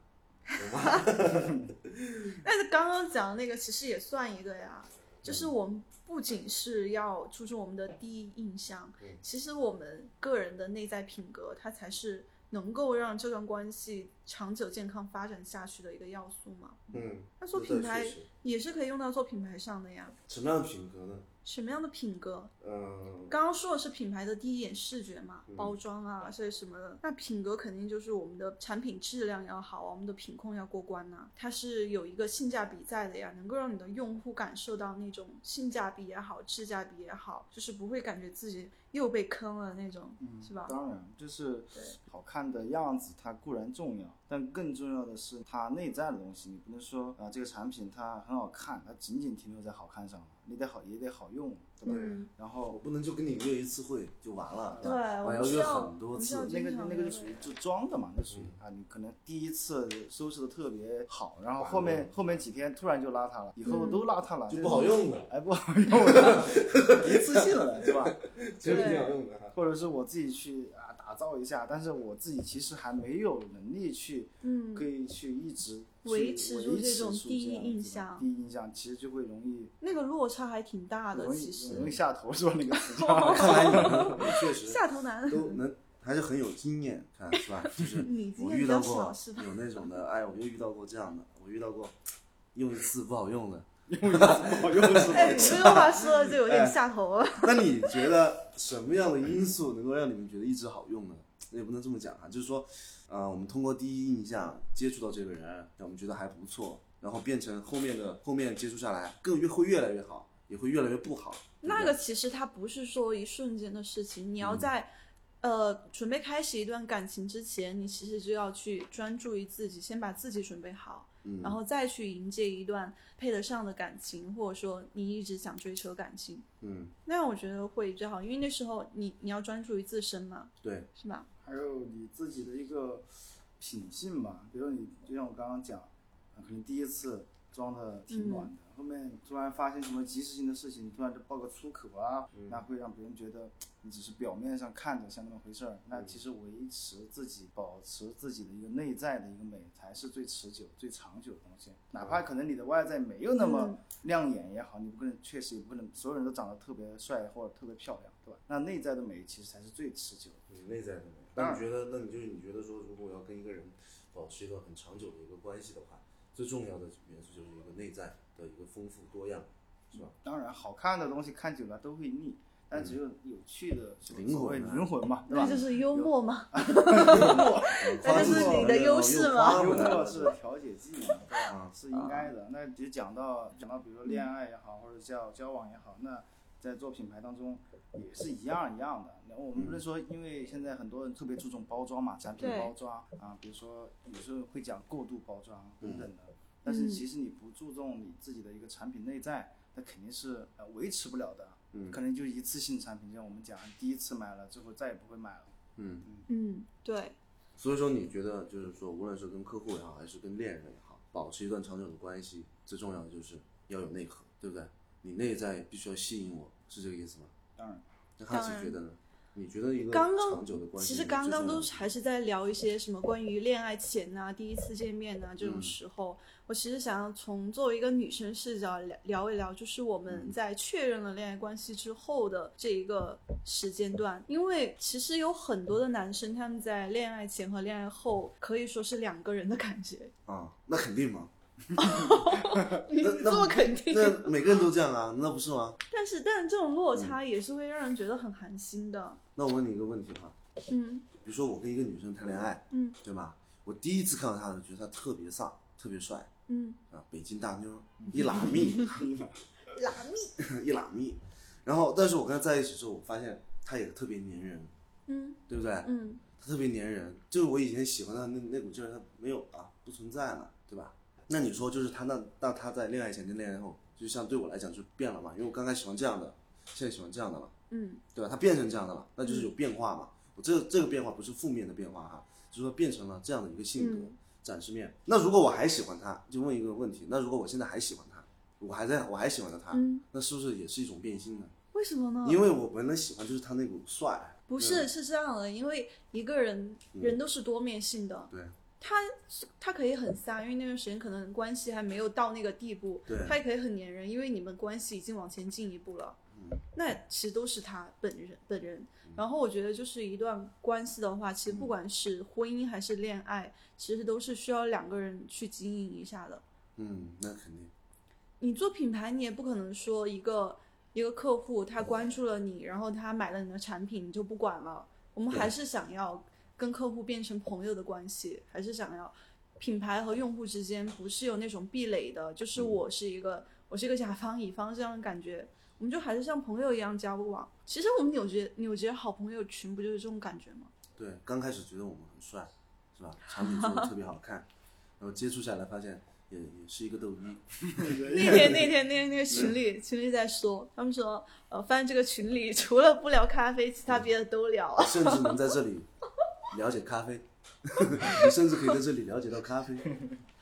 Speaker 1: 但是刚刚讲的那个其实也算一个
Speaker 3: 嗯
Speaker 1: 呀，就是我们不仅是要注重我们的第一印象
Speaker 3: 嗯，
Speaker 1: 其实我们个人的内在品格，它才是能够让这段关系长久健康发展下去的一个要素嘛。
Speaker 3: 嗯，
Speaker 1: 那做品
Speaker 3: 这
Speaker 1: 牌
Speaker 3: 确实
Speaker 1: 也是可以用到做品牌上的呀。
Speaker 3: 什么样的品格呢？
Speaker 1: 什么样的品格？
Speaker 3: 嗯，
Speaker 1: 刚刚说的是品牌的第一眼视觉嘛，
Speaker 2: 嗯
Speaker 1: 包装啊，这些什么的。那品格肯定就是我们的产品质量要好啊，我们的品控要过关呐、它是有一个性价比在的呀，能够让你的用户感受到那种性价比也好，质价比也好，就是不会感觉自己又被坑了那种，是吧？
Speaker 2: 嗯当然就是
Speaker 1: 对
Speaker 2: 好看的样子，它固然重要，但更重要的是它内在的东西。你不能说啊、这个产品它很好看，它仅仅停留在好看上了，你得好也得好用，对吧？
Speaker 1: 嗯，
Speaker 2: 然
Speaker 3: 我
Speaker 2: 后
Speaker 3: 不能就跟你约一次会就完了，
Speaker 1: 对，
Speaker 2: 哎
Speaker 3: 吧我
Speaker 1: 我
Speaker 3: 要
Speaker 1: 们需
Speaker 3: 约
Speaker 1: 要，
Speaker 3: 很
Speaker 1: 我
Speaker 3: 多
Speaker 1: 们需要
Speaker 3: 次，
Speaker 2: 那个
Speaker 1: 经常
Speaker 2: 那个就
Speaker 1: 约
Speaker 2: 属
Speaker 1: 会
Speaker 2: 于就装的嘛，那属于
Speaker 3: 嗯
Speaker 2: 啊，你可能第一次收拾的特别好，然后后
Speaker 3: 完
Speaker 2: 面
Speaker 3: 了
Speaker 2: 后面几天突然就邋遢了，以后
Speaker 1: 嗯
Speaker 2: 都邋遢了，
Speaker 3: 就
Speaker 2: 那
Speaker 3: 不好用了，
Speaker 2: 哎，不好用了， (laughs) 一次性的，对吧？
Speaker 3: 其实挺好用的哈。
Speaker 2: 或者是我自己去啊打造一下，但是我自己其实还没有能力去，
Speaker 1: 嗯
Speaker 2: 可以去一直去
Speaker 1: 维持住
Speaker 2: 维
Speaker 1: 这种
Speaker 2: 住
Speaker 1: 第一
Speaker 2: 样子
Speaker 1: 印
Speaker 2: 的
Speaker 1: 象
Speaker 2: 第一印象其实就会容易
Speaker 1: 那个落差还挺大的，
Speaker 2: 容
Speaker 1: 其
Speaker 2: 易
Speaker 1: 实
Speaker 2: 容易下头，是吧？那
Speaker 1: (laughs)
Speaker 2: 个词
Speaker 3: 看来你们确实
Speaker 1: 下头男，
Speaker 3: 都能还是很有经验，看是吧？就是
Speaker 1: 你经
Speaker 3: 我
Speaker 1: 验
Speaker 3: 遇
Speaker 1: 比
Speaker 3: 到
Speaker 1: 较
Speaker 3: 过
Speaker 1: 少是吧？
Speaker 3: 有那种的，哎，我就遇到过这样的，我遇到过用一次不好用的。
Speaker 2: 不好用是吧？
Speaker 1: 哎，你这个话说的就有
Speaker 2: 哎
Speaker 1: 点下头了。
Speaker 3: 那你觉得什么样的因素能够让你们觉得一直好用呢？也不能这么讲啊，就是说，呃，我们通过第一印象接触到这个人，让我们觉得还不错，然后变成后面的后面接触下来，更越会越来越好，也会越来越不好。对不对
Speaker 1: 那个其实它不是说一瞬间的事情，你
Speaker 3: 嗯
Speaker 1: 要在、呃准备开始一段感情之前，你其实就要去专注于自己，先把自己准备好，
Speaker 3: 嗯
Speaker 1: 然后再去迎接一段配得上的感情，或者说你一直想追求感情，
Speaker 3: 嗯，
Speaker 1: 那样我觉得会最好，因为那时候你你要专注于自身嘛，
Speaker 3: 对，
Speaker 1: 是吧？
Speaker 2: 还有你自呃己的一个品性吧，比如你就像我刚刚讲，啊可能第一次装的挺暖的。后面突然发现什么即时性的事情，突然就爆个粗口啊，那会让别人觉得你只是表面上看着像那么回事儿，那其实维持自己、保持自己的一个内在的一个美，才是最持久、最长久的东西。哪怕可能你的外在没有那么亮眼也好，你不可能确实也不可能所有人都长得特别帅或者特别漂亮，对吧？那内在的美其实才是最持久的。
Speaker 3: 你内在的美。那你觉得，那你就是你觉得说，如果我要跟一个人保持一个很长久的一个关系的话，最重要的元素就是一个内在的一个丰富多样，是吧？
Speaker 2: 当然，好看的东西看久了都会腻，但只有有趣的
Speaker 3: 嗯灵魂
Speaker 2: 所谓
Speaker 3: 啊
Speaker 2: 灵魂嘛，对
Speaker 1: 那
Speaker 2: 吧？
Speaker 1: 就是幽默嘛，
Speaker 3: 那
Speaker 1: 那就是你的优势嘛
Speaker 3: 哦
Speaker 2: 幽默是调解剂嘛，对吧
Speaker 3: 啊？嗯
Speaker 2: 是应该的。那就讲到讲到，比如说恋爱也好，或者叫交往也好，那在做品牌当中也是一样一样的。那我们
Speaker 3: 嗯
Speaker 2: 不是说，因为现在很多人特别注重包装嘛，产品
Speaker 1: 对
Speaker 2: 包装啊，比如说有时候会讲过度包装等等的。
Speaker 1: 嗯
Speaker 2: 但是其实你不注重你自己的一个产品内在，那肯定是呃维持不了的。
Speaker 3: 嗯
Speaker 2: 可能就一次性产品，就像我们讲，第一次买了之后再也不会买
Speaker 3: (laughs)
Speaker 2: 了。
Speaker 3: 嗯，
Speaker 1: 嗯，对，
Speaker 3: 所以说你觉得就是说，无论是跟客户也好，还是跟恋人也好，保持一段长久的关系，最重要的就是要有内核，对不对？你内在必须要吸引我，是这个意思吗？
Speaker 2: 当然，
Speaker 3: 那哈
Speaker 1: 当然
Speaker 3: 奇觉得呢？你觉得一个
Speaker 1: 刚刚
Speaker 3: 长久的关
Speaker 1: 其
Speaker 3: 系里面
Speaker 1: 实刚
Speaker 3: 最重要的，
Speaker 1: 刚都还是在聊一些什么关于恋爱前呐、第一次见面呐、
Speaker 3: 嗯
Speaker 1: 这种时候，我其实想要从作为一个女生视角聊聊一聊，就是我
Speaker 3: 嗯
Speaker 1: 们在确认了恋爱关系之后的这一个时间段，因为其实有很多的男生他们在恋爱前和恋爱后可以说是两个人的感
Speaker 3: (laughs)
Speaker 1: 觉，
Speaker 3: 啊，那肯定嘛，
Speaker 1: (laughs) 你
Speaker 3: 那
Speaker 1: 这么肯定？
Speaker 3: 那每个人都这样啊，那不是吗？
Speaker 1: 但是但这种落差
Speaker 3: 嗯
Speaker 1: 也是会让人觉得很寒心的，
Speaker 3: 那我问你一个问题哈，
Speaker 1: 嗯
Speaker 3: 比如说我跟一个女生谈恋爱，
Speaker 1: 嗯，
Speaker 3: 对吧？我第一次看到她的时候，觉得她特别飒，特别帅
Speaker 1: 嗯
Speaker 3: 啊，北京大妞，一拉蜜， (laughs) 一拉蜜。然后，但是我跟她在一起之后，我发现她也特别粘人，
Speaker 1: 嗯
Speaker 3: 对不对？
Speaker 1: 嗯，
Speaker 3: 她特别粘人，就是我以前喜欢她那那股劲儿，她没有啊，不存在了，对吧？那你说，就是她那那她在恋爱前跟恋爱后，就像对我来讲就变了嘛，因为我刚开始喜欢这样的，现在喜欢这样的了。
Speaker 1: 嗯
Speaker 3: 对吧？它变成这样的了，那就是有变化嘛。我这这个变化不是负面的变化哈，就是说变成了这样的一个性格、
Speaker 1: 嗯
Speaker 3: 展示面。那如果我还喜欢他，就问一个问题：那如果我现在还喜欢他，我还在我还喜欢着他，
Speaker 1: 嗯，
Speaker 3: 那是不是也是一种变心呢？
Speaker 1: 为什么呢？
Speaker 3: 因为我本来喜欢就是他那股帅，
Speaker 1: 不是，是这样的，因为一个人人都是多面性的，
Speaker 3: 对
Speaker 1: 他他可以很撒，因为那段时间可能关系还没有到那个地步，
Speaker 3: 对
Speaker 1: 他也可以很粘人，因为你们关系已经往前进一步了。
Speaker 3: 嗯
Speaker 1: 那其实都是他本人本人。然后我觉得，就是一段关系的话，其实
Speaker 3: 嗯
Speaker 1: 不管是婚姻还是恋爱，其实都是需要两个人去经营一下的。
Speaker 3: 嗯，那肯定，
Speaker 1: 你做品牌，你也不可能说一个一个客户他关注了你，然后他买了你的产品，你就不管了。我们还是想要跟客户变成朋友的关系，还是想要品牌和用户之间不是有那种壁垒的，就是我是一个、我是一个甲方乙方这样的感觉，我们就还是像朋友一样交往。其实我们纽结纽结好朋友群不就是这种感觉吗？
Speaker 3: 对，刚开始觉得我们很帅，是吧？产品做的特别好看，然后接触下来发现也也是一个逗逼，
Speaker 1: 那天那天那天那个群里群里在说，他们说呃，发现这个群里 (laughs) 除了不聊咖啡，其他别的都聊。
Speaker 3: 甚至能在这里了解咖啡， (laughs) 你甚至可以在这里了解到咖啡。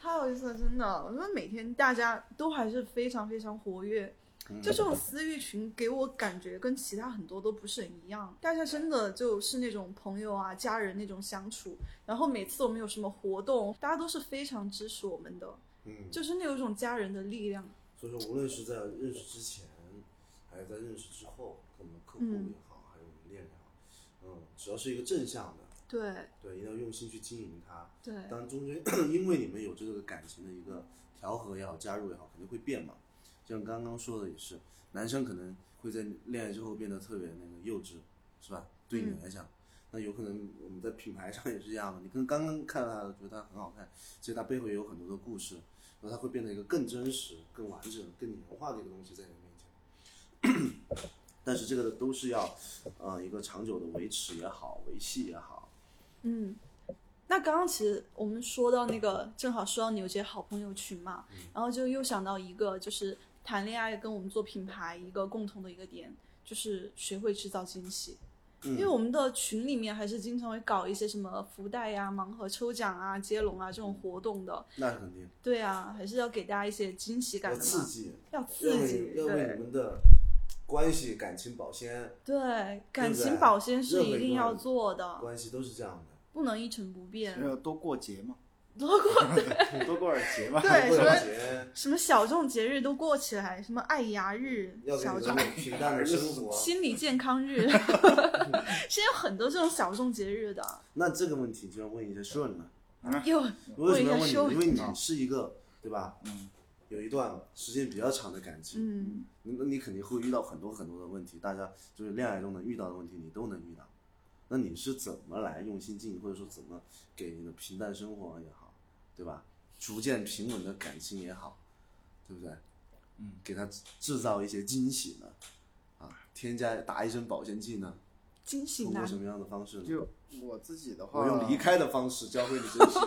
Speaker 1: 太有意思了，真的。我觉得每天大家都还是非常非常活跃，就这种私域群给我感觉跟其他很多都不是很一样。大家真的就是那种朋友啊、家人那种相处，然后每次我们有什么活动，大家都是非常支持我们的，
Speaker 3: 嗯，
Speaker 1: 就是那有一种家人的力量。
Speaker 3: 所以说，无论是在认识之前，还是在认识之后，跟我们客户也好，还有我们恋人也好，嗯，只要是一个正向的，
Speaker 1: 对
Speaker 3: 对，一定要用心去经营它。
Speaker 1: 对，
Speaker 3: 当中间 (clears throat) 因为你们有这个感情的一个调和也好，加入也好，肯定会变嘛。就像刚刚说的也是，男生可能会在恋爱之后变得特别那个幼稚，是吧？对
Speaker 1: 嗯
Speaker 3: 你来讲，那有可能我们在品牌上也是一样的。你可能刚刚看到他，觉得他很好看，其实他背后也有很多的故事，然后他会变得一个更真实、更完整、更年化的一个东西在你面前。 (clears throat) 但是这个都是要，呃，一个长久的维持也好，维系也好，
Speaker 1: 嗯，那刚刚其实我们说到那个，正好说到牛姐好朋友群嘛，
Speaker 3: 嗯
Speaker 1: 然后就又想到一个，就是
Speaker 3: 嗯
Speaker 1: 谈恋爱跟我们做品牌一个共同的一个点，就是学会制造惊喜。因为我们的群里面还是经常会搞一些什么福袋呀、盲盒抽奖啊、接龙啊这种活动的。
Speaker 3: 那肯定
Speaker 1: 对啊，还是要给大家一些惊喜感
Speaker 3: 要
Speaker 1: 的
Speaker 3: 刺
Speaker 1: 嘛，
Speaker 3: 激，
Speaker 1: 要
Speaker 3: 要
Speaker 1: 刺
Speaker 3: 为
Speaker 1: 激，
Speaker 3: 要为
Speaker 1: 对
Speaker 3: 你们的关系、感情保鲜，
Speaker 1: 对，感
Speaker 3: 对不
Speaker 1: 情
Speaker 3: 对
Speaker 1: 保鲜是
Speaker 3: 任何
Speaker 1: 一
Speaker 3: 一
Speaker 1: 定
Speaker 3: 个
Speaker 1: 要
Speaker 3: 人
Speaker 1: 做的，
Speaker 3: 关系都是这样的。
Speaker 1: 不能一成不变。
Speaker 2: 要多过节嘛，
Speaker 1: 如果
Speaker 2: (laughs) 多过点节嘛。 (laughs)
Speaker 3: (laughs)
Speaker 1: 对
Speaker 3: 过
Speaker 1: 什
Speaker 3: 了
Speaker 1: 么
Speaker 3: 节
Speaker 1: 什么小众节日都过起来，什么爱牙日
Speaker 3: 要、给
Speaker 1: 小
Speaker 3: 你
Speaker 1: 众
Speaker 3: 们平淡的生
Speaker 2: 啊
Speaker 3: 活。
Speaker 1: 心理健康
Speaker 2: (laughs)
Speaker 1: 日，是有很多这种小众节日的。
Speaker 3: 那这个问题就要问一下 Sean 了，
Speaker 1: 又
Speaker 3: 我为什么要
Speaker 1: 嗯问一下
Speaker 3: 问你？
Speaker 1: Sean
Speaker 3: 因为你是一个对吧？
Speaker 2: 嗯，
Speaker 3: 有一段时间比较长的感情，
Speaker 1: 嗯，
Speaker 3: 那你肯定会遇到很多很多的问题，大家就是恋爱中能遇到的问题，你都能遇到。那你是怎么来用心经营，或者说怎么给你的平淡生活也好，对吧？逐渐平稳的感情也好，对不对？
Speaker 2: 嗯，
Speaker 3: 给他制造一些惊喜呢，啊，添加打一针保鲜剂呢，
Speaker 1: 惊喜
Speaker 3: 通过
Speaker 1: 男
Speaker 3: 什么样的方式呢？
Speaker 2: 就啊我自己的话，
Speaker 3: 我用离开的方式教会你
Speaker 2: (laughs)
Speaker 3: 珍惜。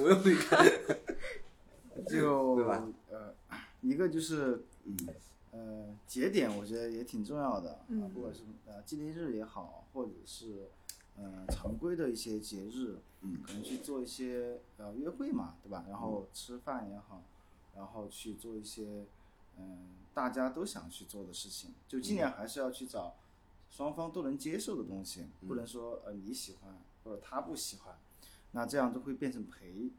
Speaker 3: 我用离开， (laughs)
Speaker 2: 就
Speaker 3: 对吧
Speaker 2: 呃，一个就是嗯呃节点，我觉得也挺重要的，啊
Speaker 1: 嗯
Speaker 2: 不管是呃纪念日也好，或者是呃常规的一些节日，
Speaker 3: 嗯
Speaker 2: 可能去做一些呃约会嘛，对吧？然后吃饭也好，然后去做一些嗯、大家都想去做的事情，就尽
Speaker 3: 嗯
Speaker 2: 量还是要去找双方都能接受的东西，
Speaker 3: 嗯
Speaker 2: 不能说呃你喜欢或者他不喜欢，那这样就会变成陪。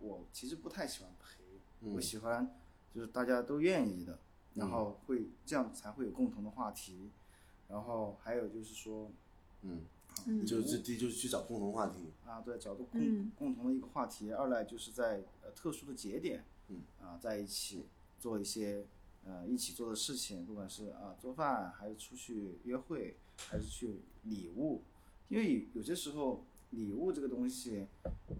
Speaker 2: 我其实不太喜欢陪，我喜欢就是大家都愿意的，然后会这样才会有共同的话题，然后还有就是说
Speaker 3: 嗯，
Speaker 1: 嗯
Speaker 3: 就这第一就是去找共同话题，
Speaker 2: 啊，对，找到共、
Speaker 1: 嗯
Speaker 2: 共同的一个话题。二来就是在呃特殊的节点，
Speaker 3: 嗯
Speaker 2: 啊，在一起做一些呃一起做的事情，不管是啊做饭，还是出去约会，还是去礼物，因为有些时候礼物这个东西，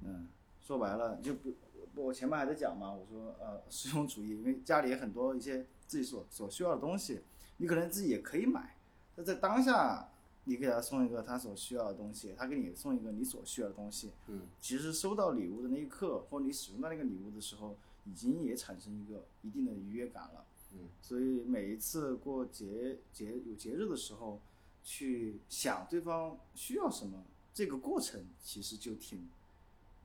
Speaker 2: 嗯，说白了就不。我前面还在讲嘛，我说呃，实用主义，因为家里很多一些自己所所需要的东西，你可能自己也可以买，那在当下你给他送一个他所需要的东西，他给你送一个你所需要的东西。
Speaker 3: 嗯，
Speaker 2: 其实收到礼物的那一刻，或你使用到那个礼物的时候，已经也产生一个一定的愉悦感了。
Speaker 3: 嗯，
Speaker 2: 所以每一次过节节有节日的时候，去想对方需要什么，这个过程其实就挺，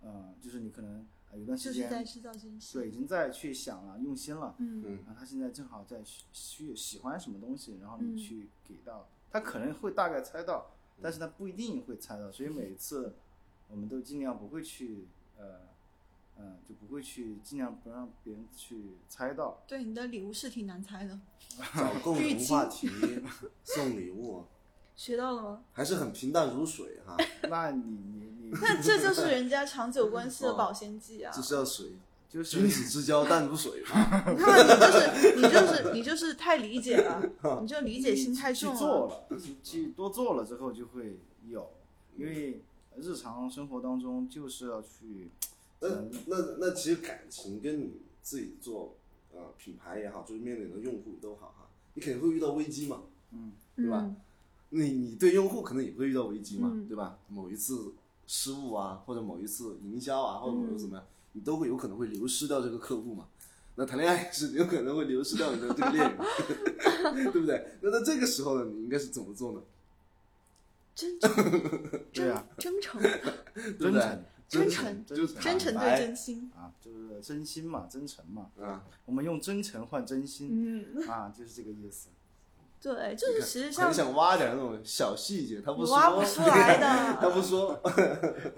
Speaker 2: 嗯，就是你可能啊有段
Speaker 1: 就
Speaker 2: 时
Speaker 1: 是在
Speaker 2: 间
Speaker 1: 制造惊喜。
Speaker 2: 对已经在去想了，用心了。
Speaker 1: 嗯
Speaker 3: 嗯
Speaker 2: 啊，他现在正好在需需喜欢什么东西，然后
Speaker 1: 嗯
Speaker 2: 你去给到、他，可能会大概猜到，但是他不一定会猜到，所以每一次我们都尽量不会去呃呃，就不会去尽量不让别人去猜到。
Speaker 1: 对，你的礼物是挺难猜的，
Speaker 3: 找 (laughs) 共同话题，送礼物，
Speaker 1: 学到了吗？
Speaker 3: 还是很平淡如水哈，
Speaker 2: 那你你你
Speaker 1: 那这就是人家长久关
Speaker 2: 嗯
Speaker 1: 系的保鲜剂
Speaker 2: (laughs) 哦
Speaker 1: 啊！
Speaker 3: 就是要水，
Speaker 2: 就
Speaker 3: 君
Speaker 2: 是
Speaker 3: 子之交淡如水 (laughs) 嘛。
Speaker 1: 那你就是你就是你就是太理解了，你就理解心太
Speaker 2: 哦去
Speaker 1: 重
Speaker 2: 做
Speaker 1: 了。
Speaker 2: 了，去去多做了之后就会有，因为日常生活当中就是要去
Speaker 3: 那嗯那那其实感情跟你自己做呃品牌也好，就是面对你的用户都好哈，你肯定会遇到危机嘛，对吧
Speaker 1: 嗯，
Speaker 3: 你你对用户可能也会遇到危机嘛，
Speaker 1: 嗯
Speaker 3: 对吧？某一次失误啊，或者某一次营销啊，或者
Speaker 1: 嗯
Speaker 3: 某一次怎么样，你都会有可能会流失掉这个客户嘛。那谈恋爱也是有可能会流失掉你的这个恋人， (laughs) 对不对？那在这个时候呢，你应该是怎么做呢？
Speaker 1: 真诚，
Speaker 2: (laughs) 对啊
Speaker 1: 真真诚，
Speaker 3: 对不
Speaker 2: 真诚
Speaker 3: 对
Speaker 1: 真诚，
Speaker 3: 就
Speaker 1: 真诚
Speaker 3: 坦白
Speaker 1: 对真心。
Speaker 2: 啊，就是真心嘛，真诚嘛，
Speaker 3: 啊，
Speaker 2: 我们用真诚换真心。
Speaker 1: 嗯，
Speaker 2: 啊，就是这个意思。
Speaker 1: 对，就是其实像
Speaker 3: 很想挖点那种小细节，他不
Speaker 1: 你
Speaker 3: 说，
Speaker 1: 挖不出
Speaker 3: (laughs)
Speaker 1: 来
Speaker 3: 他
Speaker 1: 的，
Speaker 3: 不说，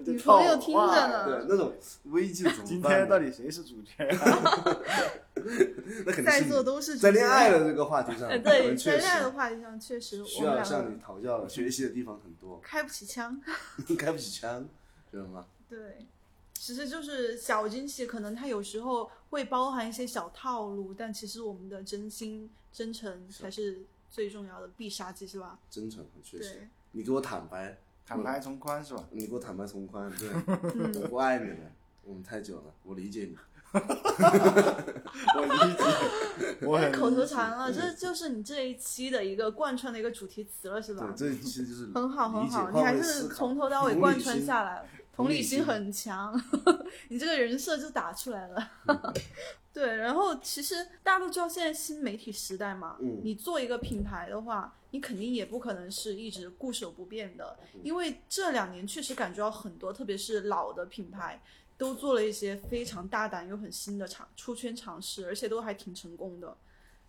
Speaker 1: 女朋友听着
Speaker 3: (laughs) 对
Speaker 1: 呢。
Speaker 3: 那种危机怎
Speaker 2: 今
Speaker 3: 么办
Speaker 2: 天到
Speaker 3: 呢？
Speaker 2: 底谁是主角、啊？
Speaker 3: 那肯定
Speaker 1: 在
Speaker 3: 是
Speaker 1: 座
Speaker 3: 你
Speaker 1: 都是
Speaker 3: 在恋爱
Speaker 1: 的，
Speaker 3: 的这个话题上，
Speaker 1: 哎，
Speaker 3: (laughs) 可
Speaker 1: 对，
Speaker 3: 能
Speaker 1: 在
Speaker 3: 确
Speaker 1: 恋爱的
Speaker 3: 实
Speaker 1: 话题上确实我
Speaker 3: 需
Speaker 1: 们
Speaker 3: 要
Speaker 1: 两
Speaker 3: 向
Speaker 1: 个
Speaker 3: 你讨教学习的地方很多。 (laughs)
Speaker 1: 开不起枪。
Speaker 3: 开不起枪，知道吗？
Speaker 1: 对，其实就是小惊喜，可能它有时候会包含一些小套路，但其实我们的真心真诚才是最重要的必杀技，是吧？
Speaker 3: 真诚很确实。
Speaker 1: 对，
Speaker 3: 你给我坦白，
Speaker 2: 坦白从宽是吧？
Speaker 3: 你给我坦白从宽，对，
Speaker 1: 嗯
Speaker 3: 我不爱你了，我们太久了，我理解你。
Speaker 2: 我理解，我很
Speaker 1: 哎口头禅
Speaker 3: 嗯
Speaker 1: 了，这就是你这一期的一个贯穿的一个主题词了，是吧
Speaker 3: 对，？这其实就是
Speaker 1: 很好，很
Speaker 3: 理解
Speaker 1: 好，你
Speaker 3: 换
Speaker 1: 还
Speaker 3: 位
Speaker 1: 是
Speaker 3: 思考
Speaker 1: 从头到尾
Speaker 3: 同理
Speaker 1: 贯穿
Speaker 3: 心
Speaker 1: 下来了，同
Speaker 3: 同
Speaker 1: 理
Speaker 3: 理
Speaker 1: 心
Speaker 3: 心嗯
Speaker 1: 很强，你这个人设就打出来了。对，然后其实大家都知道现在新媒体时代嘛，
Speaker 3: 嗯
Speaker 1: 你做一个品牌的话，你肯定也不可能是一直固守不变的，
Speaker 3: 嗯
Speaker 1: 因为这两年确实感觉到很多，特别是老的品牌都做了一些非常大胆又很新的尝出圈尝试，而且都还挺成功的，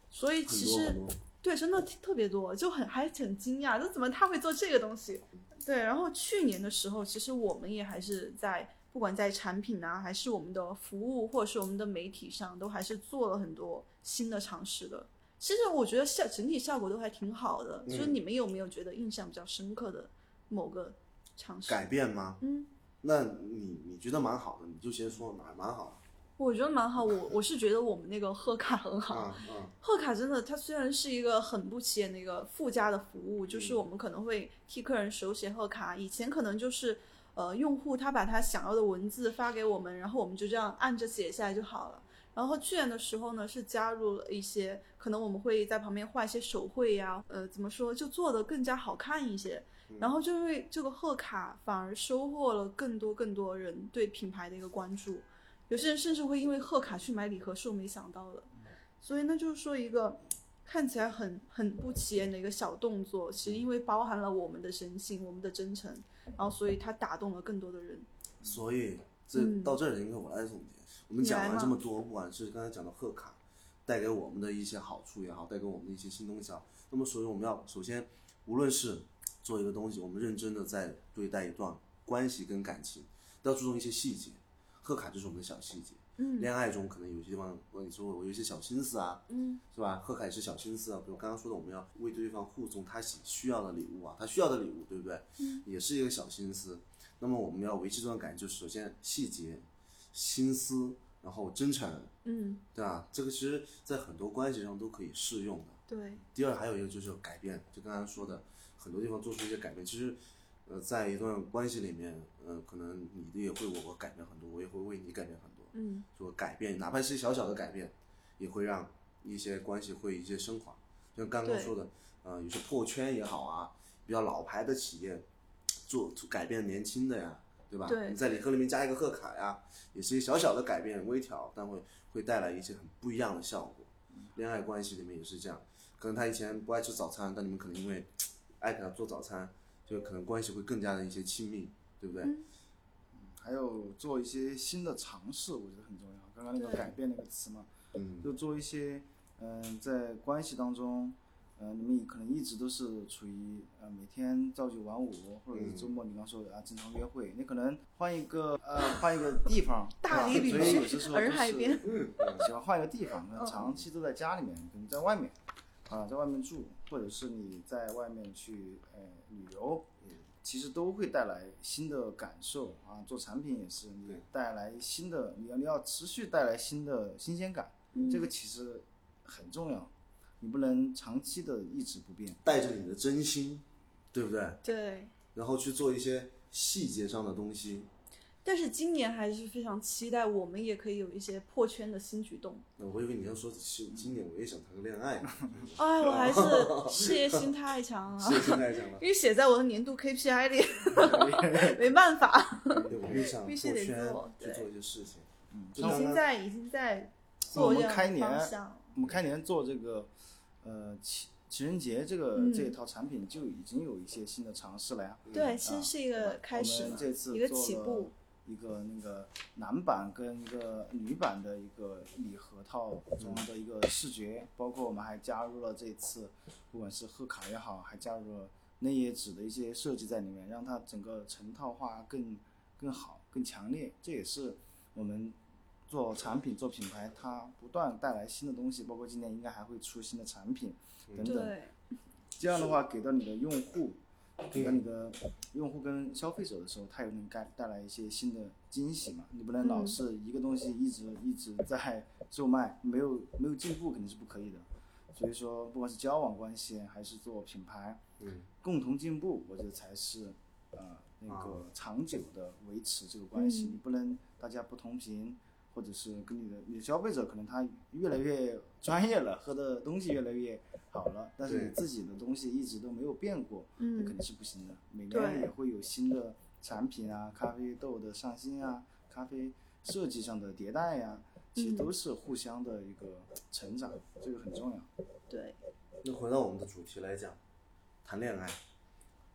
Speaker 1: 所以
Speaker 3: 很
Speaker 1: 其
Speaker 3: 多
Speaker 1: 实
Speaker 3: 很多。
Speaker 1: 对，真的挺特别多，就很还挺惊讶，就怎么他会做这个东西？对，然后去年的时候，其实我们也还是在不管在产品啊，还是我们的服务，或者是我们的媒体上，都还是做了很多新的尝试的。其实我觉得效整体效果都还挺好的，就是你们有没有觉得印象比较深刻的某个尝试？
Speaker 3: 改变吗？
Speaker 1: 嗯，
Speaker 3: 那你你觉得蛮好的，你就先说哪儿蛮好
Speaker 1: 我觉得蛮好，我我是觉得我们那个贺卡很
Speaker 3: 的
Speaker 1: 好，
Speaker 3: 啊啊，
Speaker 1: 贺卡真的，它虽然是一个很不起眼的一个附加的服务，
Speaker 3: 嗯
Speaker 1: 就是我们可能会替客人手写贺卡。以前可能就是，呃，用户他把他想要的文字发给我们，然后我们就这样按着写下来就好了。然后去年的时候呢，是加入了一些，可能我们会在旁边画一些手绘呀、呃，怎么说，就做的更加好看一些。
Speaker 3: 嗯
Speaker 1: 然后就为这个贺卡反而收获了更多更多人对品牌的一个关注，有些人甚至会因为贺卡去买礼盒，是我没想到的。
Speaker 2: 嗯
Speaker 1: 所以那就是说一个看起来很很不起眼的一个小动作，其实因为包含了我们的神性、我们的真诚，然后所以它打动了更多的人。
Speaker 3: 所以这、到这儿应该我来总结。我们
Speaker 1: 嗯你
Speaker 3: 讲
Speaker 1: 来
Speaker 3: 完
Speaker 1: 嘛
Speaker 3: 这么多，不管是刚才讲的贺卡带给我们的一些好处也好，带给我们的一些新东西也好，那么所以我们要首先，无论是做一个东西，我们认真的在对待一段关系跟感情，都要注重一些细节。贺卡就是我们的小细节，
Speaker 1: 嗯
Speaker 3: 恋爱中可能有些地方，我跟你说我有一些小心思啊，
Speaker 1: 嗯
Speaker 3: 是吧？贺卡也是小心思啊，比如刚刚说的，我们要为对方护送他喜需要的礼物啊，他需要的礼物，对不对？嗯，也是一个小心思。那么我们要维系这段感情，就是首先细节、心思，然后真诚，
Speaker 1: 嗯，
Speaker 3: 对吧？这个其实在很多关系上都可以适用的。
Speaker 1: 对，
Speaker 3: 第二，还有一个就是改变，就刚才说的，很多地方做出一些改变。其实，呃，在一段关系里面，呃，可能你的也会为我改变很多，我也会为你改变很多。
Speaker 1: 嗯
Speaker 3: 就改变，哪怕是小小的改变，也会让一些关系会一些升华。就像刚刚
Speaker 1: 对
Speaker 3: 说的，呃，有些破圈也好啊，比较老牌的企业做做改变年轻的呀，对吧？
Speaker 1: 对
Speaker 3: 你在礼盒里面加一个贺卡呀，也是一小小的改变微调，但会会带来一些很不一样的效果。恋爱关系里面也是这样，可能他以前不爱吃早餐，但你们可能因为爱给他做早餐，就可能关系会更加的一些亲密，对不对？
Speaker 1: 嗯
Speaker 2: 还有做一些新的尝试，我觉得很重要。刚刚那个
Speaker 1: 对
Speaker 2: 改变那个词嘛，
Speaker 3: 嗯，
Speaker 2: 就做一些，嗯、在关系当中，嗯、你们可能一直都是处于呃每天朝九晚五，或者是周末你刚说的啊经常约会，你可能换一个呃换一个地方，
Speaker 1: (laughs) 大
Speaker 2: 对
Speaker 1: 理
Speaker 2: 吧
Speaker 1: 旅
Speaker 2: 所以有些
Speaker 1: 居
Speaker 2: 时候都
Speaker 1: 洱
Speaker 2: 是
Speaker 1: 海边， (laughs)
Speaker 2: 喜欢换一个地方，可能长期都在家里面，可能在外面，啊，在外面住，或者是你在外面去呃旅游，其实都会带来新的感受啊。做产品也是，你
Speaker 3: 对
Speaker 2: 带来新的，你要你要持续带来新的新鲜感，这个其实很重要，你不能长期的一直不变。
Speaker 3: 带着你的真心，对不对？
Speaker 1: 对。
Speaker 3: 然后去做一些细节上的东西。
Speaker 1: 但是今年还是非常期待，我们也可以有一些破圈的新举动。
Speaker 3: 那我以为你要说，其实今年我也想谈个恋爱，
Speaker 1: (laughs)
Speaker 2: 嗯
Speaker 1: 哎，我
Speaker 2: (laughs)
Speaker 1: 还是事业心太强了，
Speaker 3: 是现在讲了，
Speaker 1: 因为写在我的年度 KPI 里，
Speaker 2: 嗯
Speaker 1: (laughs) 没办法。
Speaker 3: 对，我就想
Speaker 1: 必
Speaker 3: 破
Speaker 1: 须得
Speaker 3: 圈
Speaker 1: 做
Speaker 3: 去
Speaker 1: 对
Speaker 3: 做一些事情。
Speaker 2: 嗯，
Speaker 3: 就
Speaker 1: 已
Speaker 3: 像
Speaker 1: 经
Speaker 3: 刚
Speaker 1: 在已经在
Speaker 2: 我
Speaker 1: 做
Speaker 2: 们
Speaker 1: 这样
Speaker 2: 开
Speaker 1: 的
Speaker 2: 年
Speaker 1: 方向了。
Speaker 2: 我们开年做这个，呃情情人节这个、
Speaker 1: 嗯
Speaker 2: 这一套产品就已经有一些新的尝试了呀。
Speaker 1: 对，其实嗯是一
Speaker 2: 对
Speaker 1: 个
Speaker 2: 吧
Speaker 1: 开始嘛
Speaker 2: 我们，这次
Speaker 1: 一个
Speaker 2: 做
Speaker 1: 起
Speaker 2: 了
Speaker 1: 步。
Speaker 2: 一个那个男版跟一个女版的一个礼盒套中的一个视觉，包括我们还加入了这次，不管是贺卡也好，还加入了内页纸的一些设计在里面，让它整个成套化更更好、更强烈。这也是我们做产品、做品牌，它不断带来新的东西，包括今年应该还会出新的产品
Speaker 1: 嗯
Speaker 2: 等等。
Speaker 1: 对，
Speaker 2: 这样的话，给到你的用户，给到你的用户跟消费者的时候，它也能带带来一些新的惊喜嘛。你不能老
Speaker 1: 嗯
Speaker 2: 是一个东西一直一直在售卖，没有没有进步肯定是不可以的。所以说，不管是交往关系还是做品牌，
Speaker 3: 嗯，
Speaker 2: 共同进步，我觉得才是呃那个长久的维持这个关
Speaker 1: 啊
Speaker 2: 系。
Speaker 1: 嗯
Speaker 2: 你不能大家不同频，或者是跟你的你的消费者可能他越来越专业了，喝的东西越来越好了，但是
Speaker 3: 对
Speaker 2: 你自己的东西一直都没有变过，那肯
Speaker 1: 嗯
Speaker 2: 定是不行的。每
Speaker 1: 对
Speaker 2: 年也会有新的产品啊，咖啡豆的上新啊，咖啡设计上的迭代呀、其实都是互相的一个成长，这个很重要。
Speaker 1: 对，
Speaker 3: 那回到我们的主题来讲，谈恋爱，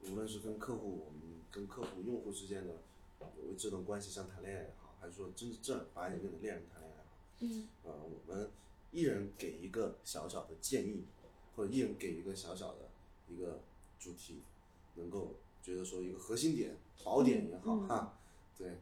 Speaker 3: 无论是跟客户，我们跟客户、用户之间的呃这种关系，像谈恋爱也好，还是说真正儿八经跟你的恋人谈恋爱也好，
Speaker 1: 嗯，
Speaker 3: 呃，我们一人给一个小小的建议，或者一人给一个小小的一个主题，能够觉得说一个核心点、宝典也好、
Speaker 1: 嗯
Speaker 3: 哈。对，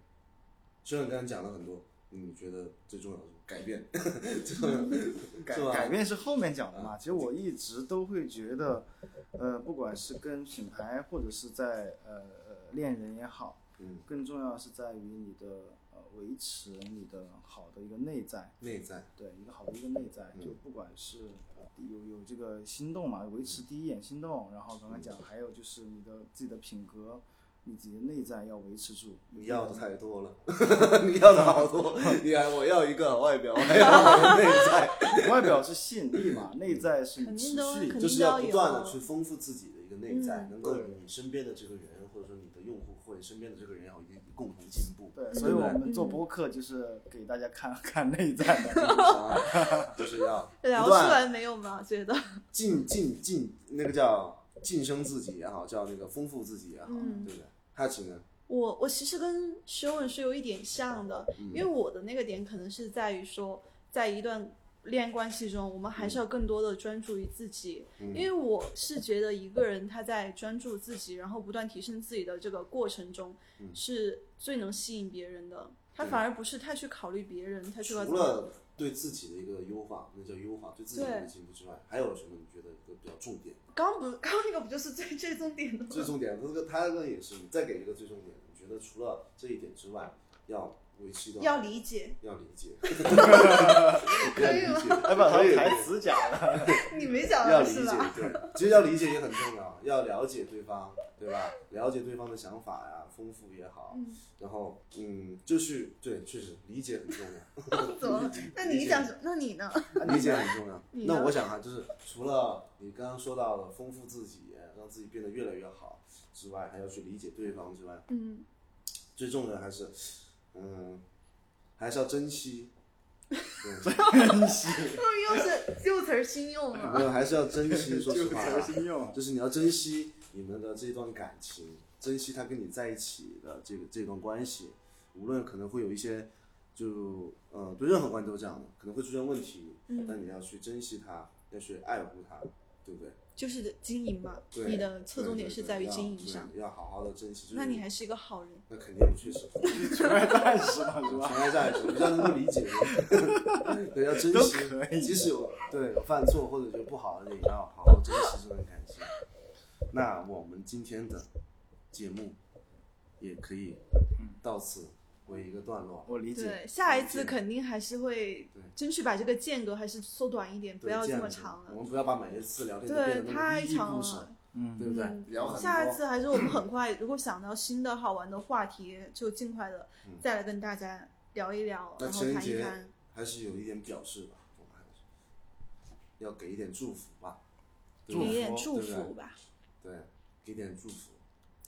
Speaker 3: 虽然刚才讲了很多，嗯你觉得最重要的是改变， (laughs)
Speaker 2: 改
Speaker 3: 是吧
Speaker 2: 改变啊是后面讲的嘛。其实我一直都会觉得，呃，不管是跟品牌，或者是在呃呃恋人也好，
Speaker 3: 嗯，
Speaker 2: 更重要的是在于你的呃维持你的好的一个内在，
Speaker 3: 内在，
Speaker 2: 对一个好的一个内在，
Speaker 3: 嗯
Speaker 2: 就不管是呃有有这个心动嘛，维
Speaker 3: 嗯
Speaker 2: 持第一眼心动，然后刚刚讲，还有就是你的自己的品格，你自己的内在要维持住。
Speaker 3: 你要的太多了， (laughs) 你要的好多，你还我要一个外表，我还要我的内
Speaker 1: (laughs)
Speaker 3: 在，
Speaker 2: 外表是吸引力
Speaker 3: (laughs)
Speaker 2: 嘛，内在是你
Speaker 1: 肯
Speaker 2: 持
Speaker 1: 定都
Speaker 2: 续
Speaker 1: 肯定
Speaker 3: 就是要不断
Speaker 1: 要
Speaker 3: 的
Speaker 1: 有啊
Speaker 3: 去丰富自己的一个内在，
Speaker 1: 嗯
Speaker 3: 能够
Speaker 2: 对
Speaker 3: 你身边的这个人，或者说你的用户，或者身边的这个人要有一个共同进步。
Speaker 2: 对，所以
Speaker 3: 不
Speaker 2: 我
Speaker 3: 对
Speaker 2: 们
Speaker 1: 嗯
Speaker 2: 做播客就是给大家看 (laughs) 看内在的。
Speaker 1: (laughs)
Speaker 3: 啊就是要
Speaker 1: 聊
Speaker 3: 不
Speaker 1: 出
Speaker 3: 断
Speaker 1: 来没有吗？觉得，
Speaker 3: 晋晋晋，那个叫晋升自己也好，叫那个丰富自己也好，
Speaker 1: 嗯
Speaker 3: 对不对？还有请呢，
Speaker 1: 我我其实跟 Shawn 是有一点像的，
Speaker 3: 嗯
Speaker 1: 因为我的那个点可能是在于说，在一段恋爱关系中，我们还是要更多的专注于自己，
Speaker 3: 嗯
Speaker 1: 因为我是觉得一个人他在专注自己，然后不断提升自己的这个过程中，
Speaker 3: 嗯
Speaker 1: 是最能吸引别人的。他反而不是太去考虑别人，他去
Speaker 3: 除了对自己的一个优化，那叫优化，对自己的一个
Speaker 1: 对
Speaker 3: 进步之外，还有什么你觉得一个比较重点？
Speaker 1: 刚不刚那个不就是最最重点的吗？
Speaker 3: 最重点，这个他这个也是，你再给一个最重点，你觉得除了这一点之外，要维持的
Speaker 1: 要理解，
Speaker 3: 要理
Speaker 1: (laughs)
Speaker 3: 解，
Speaker 1: 可以吗
Speaker 3: 吗
Speaker 2: 哎，把他台词讲了，
Speaker 1: 你没讲
Speaker 3: 要
Speaker 1: 到
Speaker 3: 理
Speaker 1: 呃是
Speaker 3: 解
Speaker 1: 吧？， (laughs)
Speaker 3: 对，其实要理解也很重要，要了解对方，对吧？了解对方的想法呀、丰富也好，然后嗯，就是对，确实理解很重要，
Speaker 1: (laughs) 怎
Speaker 3: (laughs)
Speaker 1: 么了？那你讲什么？那啊你呢？
Speaker 3: 理解很重要。
Speaker 1: 你呢
Speaker 3: 那我想啊，就是除了你刚刚说到的丰富自己，让自己变得越来越好之外，还要去理解对方之外，
Speaker 1: 嗯，
Speaker 3: 最重要的还是嗯，还是要珍惜。
Speaker 1: (laughs)
Speaker 3: 对，
Speaker 2: 真是
Speaker 1: 又是旧词儿新用了。
Speaker 3: 没有，还是要珍惜。说实
Speaker 2: 就
Speaker 3: 话
Speaker 2: 才
Speaker 3: 啊，
Speaker 2: 心
Speaker 3: (laughs)
Speaker 2: 用。
Speaker 3: 就是你要珍惜你们的这段感情，珍惜他跟你在一起的这个这段关系，无论可能会有一些，就呃对任何关系都这样的，可能会出现问题，
Speaker 1: 嗯
Speaker 3: 但你要去珍惜它，要去爱护它，对不对？
Speaker 1: 就是经营嘛，
Speaker 3: 对，
Speaker 1: 你的侧重点
Speaker 3: 对
Speaker 1: 是在于
Speaker 3: 对
Speaker 1: 经营
Speaker 3: 要
Speaker 1: 上。
Speaker 3: 对要好好的珍惜。就是
Speaker 1: 那你还是一个好人，
Speaker 3: 那肯定确实，
Speaker 2: 纯爱战士嘛，是
Speaker 3: 纯
Speaker 2: 吧？
Speaker 3: 爱战士，比较能够理解， (laughs) 对，要珍
Speaker 2: 都
Speaker 3: 惜
Speaker 2: 可，以
Speaker 3: 即使有对有犯错或者觉得不好的也要好好珍惜这段感情。那我们今天的节目也可以到此为一个段落。
Speaker 2: (laughs) 我理解。
Speaker 1: 对，下一
Speaker 3: 理
Speaker 1: 次
Speaker 3: 解
Speaker 1: 肯定还是会
Speaker 3: 对
Speaker 1: 争取把这个间隔还是缩短一嗯点，不
Speaker 3: 对
Speaker 1: 要
Speaker 3: 这
Speaker 1: 这
Speaker 3: 样
Speaker 1: 么
Speaker 3: 子
Speaker 1: 长
Speaker 3: 我
Speaker 1: 了。
Speaker 3: 们不要把每一次聊天都变
Speaker 1: 对，
Speaker 3: 成那
Speaker 1: 太
Speaker 3: 个寓意
Speaker 1: 长
Speaker 3: 故事，
Speaker 1: 了。
Speaker 3: 对不对？
Speaker 1: 嗯
Speaker 3: 聊很多。
Speaker 1: 下一次还是我们很快，如果想到新的好玩的话题，就尽快的再来跟大家聊一聊，
Speaker 3: 嗯那
Speaker 1: 然后
Speaker 3: 情人
Speaker 1: 谈一
Speaker 3: 节
Speaker 1: 谈。
Speaker 3: 还是有一点表示吧，我们还是要给一点祝福吧，对
Speaker 2: 祝
Speaker 1: 给
Speaker 2: 福
Speaker 1: 一
Speaker 3: 吧
Speaker 1: 点祝
Speaker 3: 对不对
Speaker 1: 福
Speaker 3: (laughs)
Speaker 1: 吧，
Speaker 3: 对，给点祝福。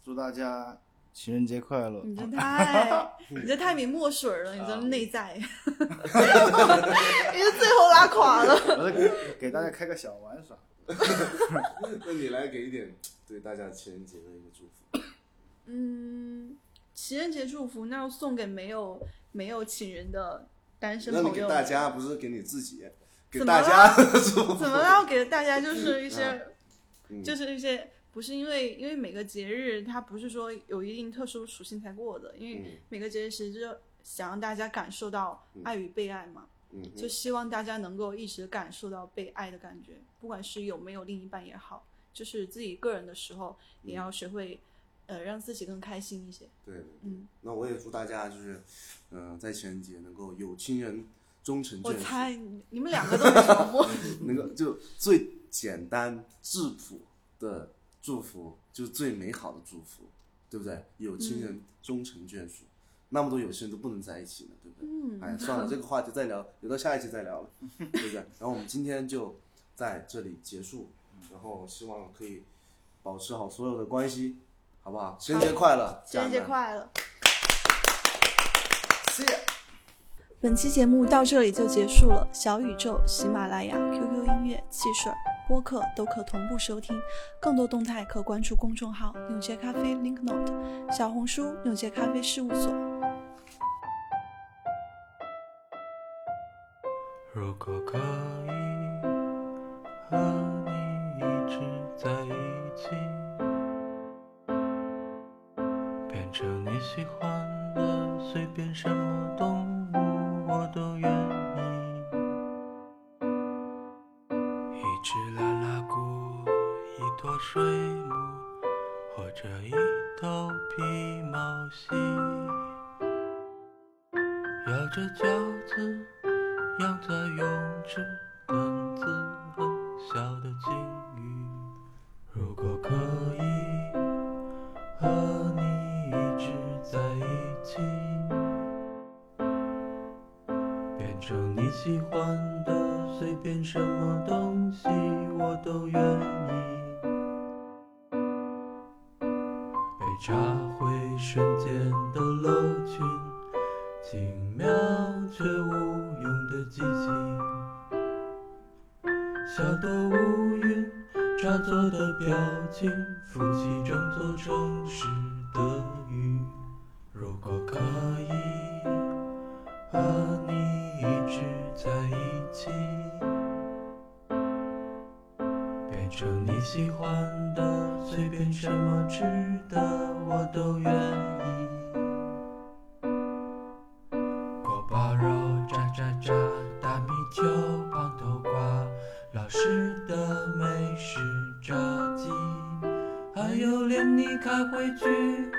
Speaker 2: 祝大家情人节快乐！
Speaker 1: 你
Speaker 3: (laughs)
Speaker 1: 这太，你这太没墨水了，你这
Speaker 3: 啊
Speaker 1: 内在， (laughs) 你这最后拉垮了。
Speaker 2: (laughs) 我再给给大家开个小玩耍。
Speaker 3: (laughs) 那你来给一点对大家情人节的一个祝福。
Speaker 1: 嗯，情人节祝福，那要送给没有没有情人的单身
Speaker 3: 那
Speaker 1: 朋
Speaker 3: 你
Speaker 1: 友。
Speaker 3: 给大家不是给你自己，给
Speaker 1: 怎么
Speaker 3: 大
Speaker 1: 了
Speaker 3: 家的祝福。
Speaker 1: 怎么要给大家就是一些，
Speaker 3: 嗯
Speaker 1: 就是一些不是因为因为每个节日它不是说有一定特殊属性才过的，因
Speaker 3: 嗯
Speaker 1: 为每个节日其实就想让大家感受到爱与被爱嘛，
Speaker 3: 嗯哼
Speaker 1: 就希望大家能够一直感受到被爱的感觉，不管是有没有另一半也好，就是自己个人的时候
Speaker 3: 嗯
Speaker 1: 也要学会，呃，让自己更开心一些。
Speaker 3: 对，
Speaker 1: 嗯，
Speaker 3: 那我也祝大家就是，嗯、在情人节能够有情人终成
Speaker 1: 我
Speaker 3: 眷
Speaker 1: 猜你你们两个都没什么默
Speaker 3: 属，能够就最简单质朴的祝福，就是最美好的祝福，对不对？有情人终成眷属，那么多有情人都不能在一起呢，对不对？
Speaker 1: 嗯
Speaker 3: 哎，算了，这个话题再聊，留到下一期再聊了，对 (laughs) 不对？然后我们今天就在这里结束，然后希望可以保持好所有的关系，好不好？ (laughs) 情人节快乐，
Speaker 1: 情人节
Speaker 3: 家人们
Speaker 1: 快乐！
Speaker 2: See ya。
Speaker 1: 本期节目到这里就结束了。小宇宙、喜马拉雅、QQ 音乐、汽水、播客都可同步收听。更多动态可关注公众号“纽结咖啡 Link Note”、小红书“纽结咖啡事务所”。
Speaker 4: 如果可以和你一直在一起，变成你喜欢的随便什么动物，我都愿意。一只拉拉鼓，一朵水母，或者一头皮毛犀，摇着脚子。养在泳池，胆子很小的鲸鱼。如果可以和你一直在一起，变成你喜欢的随便什么东西，我都愿意。被茶会瞬间的楼群。精妙却无用的激情，小朵乌云抓作的表情，夫妻装作诚实的鱼。如果可以和你一直在一起，变成你喜欢的，随便什么吃的我都愿意。瓜肉炸炸炸，大米酒胖头瓜，老式的美式炸鸡，还有连你开回去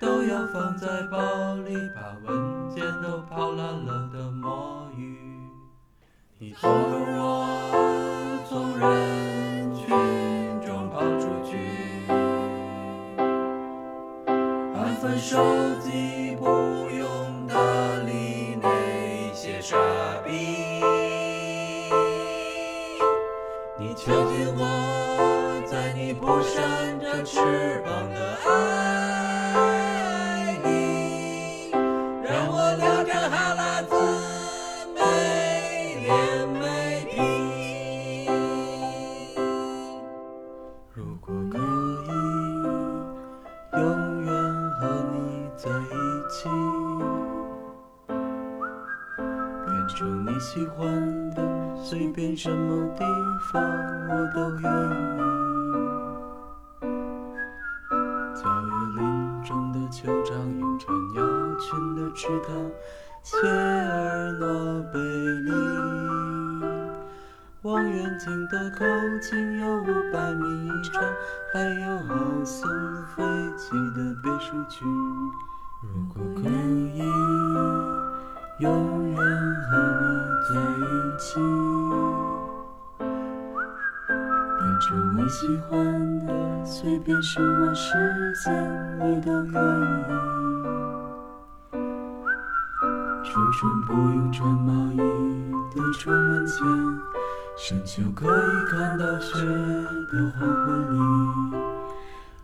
Speaker 4: 都要放在包里，把文件都跑烂了的魔芋，你从我从人群中跑出去，按分手机不用的理。些傻逼，你囚禁我在你不闪着翅膀的爱里，让我聊着哈喇子没脸没皮。如果可以，永远和你在一起。成你喜欢的，随便什么地方我都愿意。草原林中的酋长，迎着鸟群的池塘，切尔诺贝利。望远镜的口径有五百米长，还有奥森飞奇的别墅群。如果可以。永远和你在一起，变成你喜欢的，随便什么时间你都可以。出门不用穿毛衣的出门前，深秋可以看到雪的黄昏里。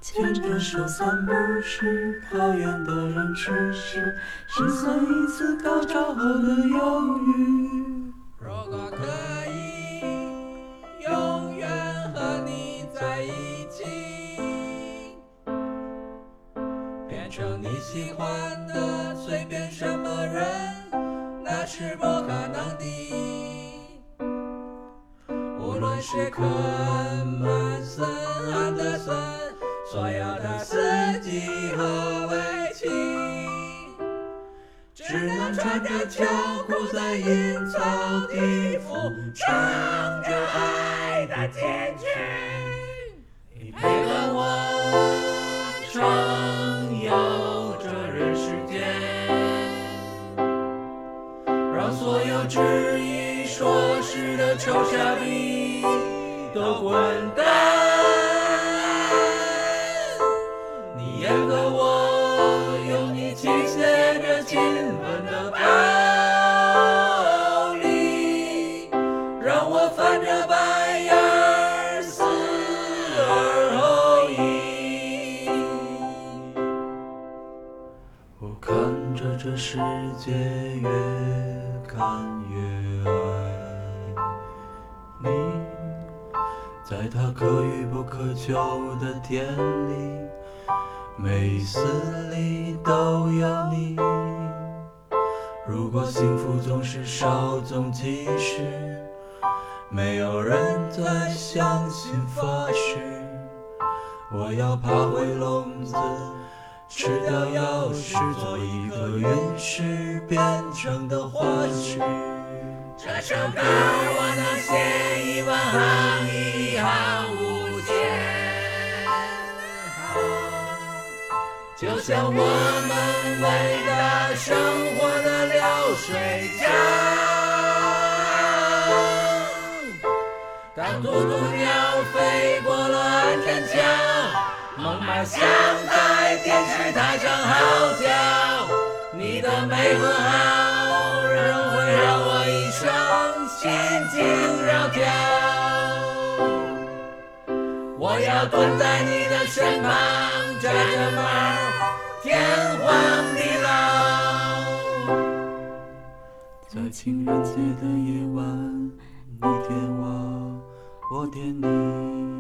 Speaker 4: 牵着手散步时，讨厌的人吃屎，失算一次高潮后的忧郁。如果可以，永远和你在一起，变成你喜欢的，随便什么人，那是不可能的。无论是科恩、曼森、安德森。所有的司机和围棋，只能穿着秋裤在阴曹地府唱着爱的金曲。你陪伴我畅游这人世间，让所有质疑说是的臭傻逼都滚蛋。两个我用你倾泻着亲吻的暴力，让我翻着白眼儿死而后已。我看着这世界越看越爱你，在他可遇不可求的天里，每丝里都有你。如果幸福总是稍纵即逝，没有人再相信发誓，我要爬回笼子。吃掉钥匙，做一颗陨石变成的花絮。
Speaker 5: 这首歌我能写一万行，一行无限行，就像我们伟大生活的流水账。当渡渡鸟飞过了安全桥。孟买响在电视台上嚎叫，你的每份好仍会让我一生心惊肉跳。我要蹲在你的身旁，摘着帽，天荒地老。
Speaker 4: 在情人节的夜晚，你点我，我点你。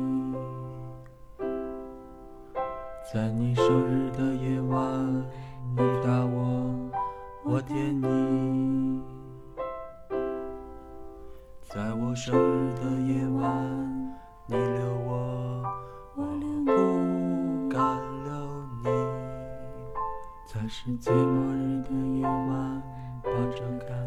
Speaker 4: 在你生日的夜晚，你打我，我点你。在我生日的夜晚，你留我，我不敢留你。在世界末日的夜晚，把睁开